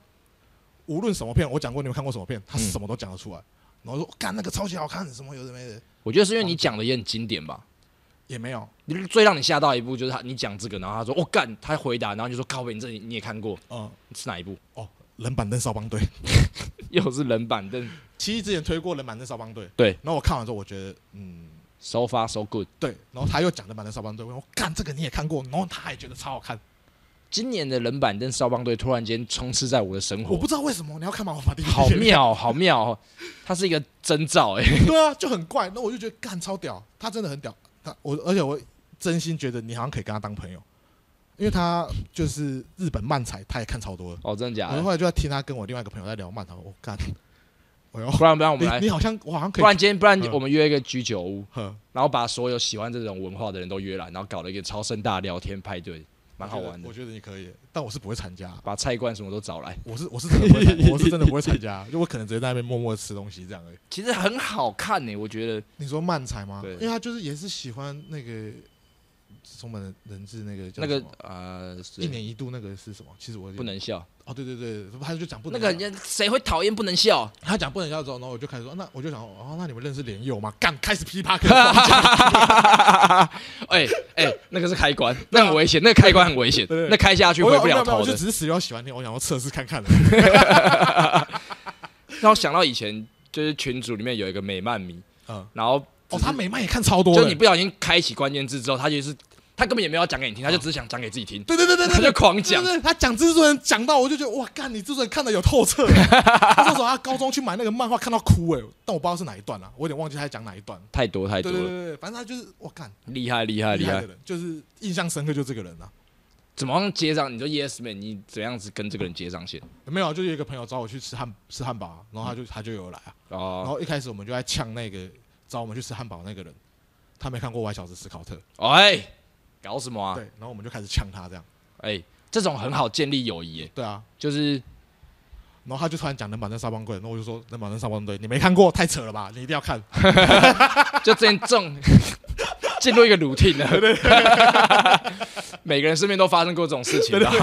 Speaker 1: 无论什么片，我讲过你们看过什么片，他什么都讲得出来。 然后说干那个超级好看，什么有的没的
Speaker 2: 我觉得是因为你讲的也很经典吧。
Speaker 1: 也没有。
Speaker 2: 你最让你吓到一部就是他，你讲这个，然后他说“我、哦干”，他回答，然后你就说“靠北，你这你也看过
Speaker 1: 嗯，
Speaker 2: 是哪一部
Speaker 1: 哦，冷板凳少帮队，？”
Speaker 2: 又是冷板凳
Speaker 1: 七一之前推过冷板凳少帮队，
Speaker 2: 对
Speaker 1: 然后我看完之后，我觉得嗯。
Speaker 2: ，so far so good。
Speaker 1: 对，然后他又讲冷板凳少帮队，我说干这个你也看过，然后他也觉得超好看，
Speaker 2: 今年的冷板凳少帮队突然间充斥在我的生
Speaker 1: 我
Speaker 2: 活
Speaker 1: 不，知道为什么你要看吗？我把第一
Speaker 2: 嗯好
Speaker 1: 面。
Speaker 2: 妙，好妙、哦，它是一个征兆哎、
Speaker 1: 对啊，就很怪。那我就觉得干超屌，他真的很屌。他我而且我真心觉得你好像可以跟他当朋友，因为他就是日本漫才，他也看超多的。
Speaker 2: 哦，真的假
Speaker 1: 我
Speaker 2: 的
Speaker 1: 后？来就在听他跟我另外一个朋友在聊漫才，我干，我要
Speaker 2: 不然 不然我们来
Speaker 1: 哎你，你好像我好像可
Speaker 2: 不然
Speaker 1: 以，
Speaker 2: 今天不然
Speaker 1: 嗯
Speaker 2: 我们约一个居酒屋，
Speaker 1: 呵
Speaker 2: 然后把所有喜欢这种文化的人都约来，然后搞了一个超盛大聊天派对，蛮好玩的
Speaker 1: 我。觉得我觉得你可以，但我是不会参加，
Speaker 2: 把菜罐什么都找来，
Speaker 1: 我是我是真的不会 参，我是真的不会参加，就我可能直接在那边默默地吃东西这样而已。
Speaker 2: 其实很好看呢、
Speaker 1: 欸
Speaker 2: 我觉得
Speaker 1: 你说漫才吗？
Speaker 2: 对
Speaker 1: 因为他就是也是喜欢那个什么人人质那个叫
Speaker 2: 那个
Speaker 1: 什么
Speaker 2: 呃，是
Speaker 1: 一年一度那个是什么？其实我有点
Speaker 2: 不能笑。
Speaker 1: 哦，对对对，他就讲不
Speaker 2: 那
Speaker 1: 能
Speaker 2: 个
Speaker 1: 笑
Speaker 2: 人家谁会讨厌不能笑？
Speaker 1: 他讲不能笑之后，然后我就开始说，那我就想，哦，那你们认识莲友吗？干，开始 噼啪开始狂讲
Speaker 2: 哎哎，那个是开关，那很危险，那个开关很危险
Speaker 1: 啊对对，对
Speaker 2: 那开下去
Speaker 1: 我
Speaker 2: 回
Speaker 1: 有
Speaker 2: 不
Speaker 1: 没有
Speaker 2: 了
Speaker 1: 没有，
Speaker 2: 头
Speaker 1: 我就
Speaker 2: 的。
Speaker 1: 只是死要喜欢听，我想要测试看看了。嗯
Speaker 2: 让我想到以前就是群组里面有一个美漫迷，
Speaker 1: 嗯，
Speaker 2: 然后
Speaker 1: 哦，他美漫也看超多
Speaker 2: 就
Speaker 1: 的，
Speaker 2: 你不小心开启关键字之后，他就是。他根本也没有要讲给你听，他就只是想讲给自己听，
Speaker 1: 对对对对
Speaker 2: 他
Speaker 1: 对，
Speaker 2: 就狂
Speaker 1: 讲，啊
Speaker 2: 讲。
Speaker 1: 对他讲制作人讲到，我就觉得哇，干你制作人看的有透 彻。他说什么？他高中去买那个漫画看到哭哎、但我不知道是哪一段啊，我有点忘记他在讲哪一段。
Speaker 2: 太多太
Speaker 1: 对
Speaker 2: 多
Speaker 1: 对对
Speaker 2: 了，
Speaker 1: 对，对反正他就是我干
Speaker 2: 厉害厉害
Speaker 1: 厉
Speaker 2: 厉
Speaker 1: 害
Speaker 2: 害
Speaker 1: 的！人，就是印象深刻就这个人啊。
Speaker 2: 怎么样接上？你说 Yes Man，你怎样子跟这个人接上线？
Speaker 1: 没有啊，就有一个朋友找我去吃汉吃汉堡啊、然后他就他就有来啊，然
Speaker 2: 哦，
Speaker 1: 后一开始我们就在呛那个找我们去吃汉堡那个人，他没看过《歪小子史考特》，
Speaker 2: 哎，搞什么
Speaker 1: 哦
Speaker 2: 啊
Speaker 1: 对？，然后我们就开始呛他这样，
Speaker 2: 哎，这种很好建立友谊耶，
Speaker 1: 对啊，
Speaker 2: 就是
Speaker 1: 然后他就突然讲《能板真沙邦棍》，那我就说《能板真沙邦棍》你没看过太扯了吧，你一定要看。
Speaker 2: 就这样种 进入一个 routine 了。 每个人身边都发生过这种事情啊吧？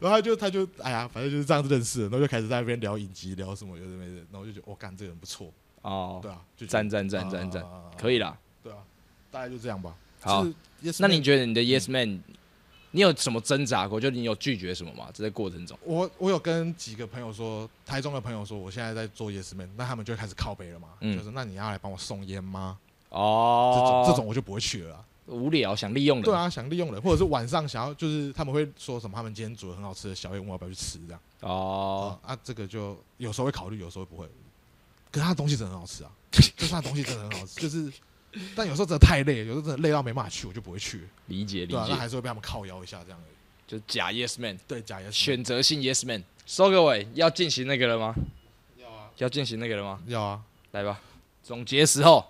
Speaker 1: 然后他就他就哎呀，反正就是这样子认识的，然后就开始在那边聊影集，聊什么有的没的，然后我就觉得我干这个人不错，
Speaker 2: 哦，
Speaker 1: 对啊，就
Speaker 2: 赞赞赞赞赞，可以
Speaker 1: 了，
Speaker 2: 啦。
Speaker 1: 对啊，大概就这样吧。
Speaker 2: 好，
Speaker 1: 就是 Yes
Speaker 2: 那
Speaker 1: Man，
Speaker 2: 你觉得你的 Yes Man，你有什么挣扎过？就你有拒绝什么吗？这在过程中，
Speaker 1: 我我有跟几个朋友说，台中的朋友说我现在在做 Yes Man，那他们就开始靠北了嘛，
Speaker 2: 嗯
Speaker 1: 就是那你要来帮我送烟吗？这
Speaker 2: 哦嗯
Speaker 1: 种，这种我就不会去了啊。
Speaker 2: 无聊想利用人，
Speaker 1: 对啊，想利用人，或者是晚上想要，就是他们会说什么，他们今天煮了很好吃的宵夜，问我要不要去吃这样。
Speaker 2: 哦
Speaker 1: 哦，啊，这个就有时候会考虑，有时候不会。可是他的东西真的很好吃 啊，就是他的东西真的很好吃，就是，但有时候真的太累，有时候真的累到没办法去，我就不会去，
Speaker 2: 理解理
Speaker 1: 对啊，那
Speaker 2: 解，
Speaker 1: 还是会被他们靠腰一下这样而已。
Speaker 2: 就假 Yes Man，
Speaker 1: 对，假也是
Speaker 2: 选择性 Yes Man。收各位要进行那个了吗？
Speaker 1: 要啊，
Speaker 2: 要进行那个了吗？
Speaker 1: 要啊，
Speaker 2: 来吧，总结时候，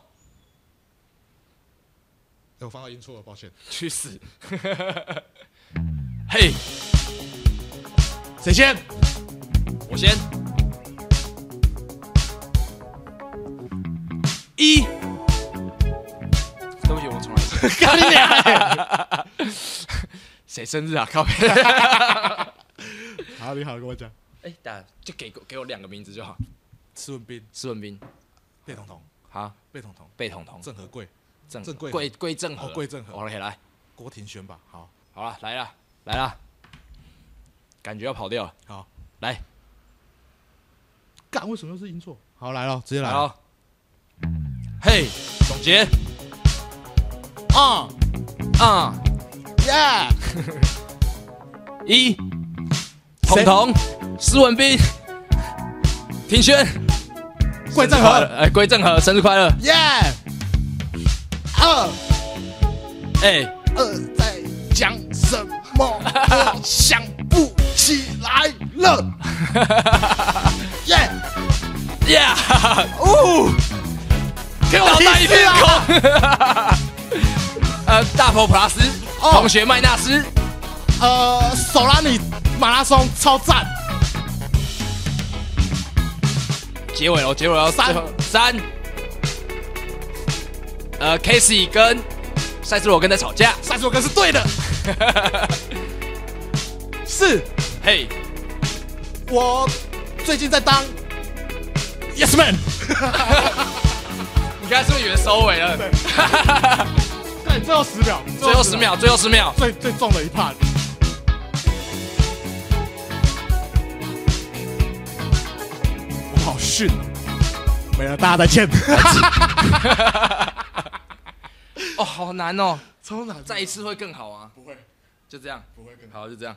Speaker 1: 哎我放到音错了，抱歉。
Speaker 2: 去死！ 嘿，
Speaker 1: 谁先？
Speaker 2: 我先。一，对不起，我重来一次。 干你娘！ 谁生日啊？靠背。
Speaker 1: 好，你好，跟我讲。
Speaker 2: 哎，打就给给我两个名字就好。
Speaker 1: 施文斌、
Speaker 2: 施文斌，
Speaker 1: 贝彤彤、
Speaker 2: 好，
Speaker 1: 贝彤彤、
Speaker 2: 贝彤彤，
Speaker 1: 郑和贵、
Speaker 2: 郑
Speaker 1: 郑贵
Speaker 2: 贵贵郑
Speaker 1: 哦
Speaker 2: 和，
Speaker 1: 贵郑和
Speaker 2: OK，来，
Speaker 1: 郭庭轩吧。好，
Speaker 2: 好了，来了，来了，感觉要跑掉了，
Speaker 1: 好，
Speaker 2: 来，
Speaker 1: 干，为什么又是音错？好，来了，直接来啊
Speaker 2: 来
Speaker 1: 了。
Speaker 2: 哦。嘿，总结，啊啊
Speaker 1: 耶！
Speaker 2: 一，彤彤，施文斌，庭轩，
Speaker 1: 贵正
Speaker 2: 生日快乐
Speaker 1: 和，
Speaker 2: 哎，归正和，生日快乐，
Speaker 1: 耶！二
Speaker 2: 哎，
Speaker 1: 二在讲什么？我想不起来了。耶！
Speaker 2: 呀，
Speaker 1: 哦，
Speaker 2: 给我
Speaker 1: 提
Speaker 2: 大一
Speaker 1: 示
Speaker 2: 片
Speaker 1: 啊
Speaker 2: 空。 呃，大佛普拉斯，
Speaker 1: 哦
Speaker 2: 同学麦纳斯，
Speaker 1: 呃，手拉你马拉松超赞。
Speaker 2: 结尾了，结尾了，
Speaker 1: 三
Speaker 2: 最后三。呃，Casey 跟塞斯罗根在吵架。
Speaker 1: 三首歌是对 的。是
Speaker 2: 嘿，
Speaker 1: 我最近在当 Yes Man。
Speaker 2: 你刚才是不是以为收尾了？
Speaker 1: 对，最后十秒，
Speaker 2: 最后十秒，最后十秒。
Speaker 1: 最最重的一 part。我好逊哦，没了，大家再 见。
Speaker 2: 哦，好难哦，
Speaker 1: 超难，
Speaker 2: 再一次会更好啊。
Speaker 1: 不会，
Speaker 2: 就这样，
Speaker 1: 不会更好。
Speaker 2: 好，就这样。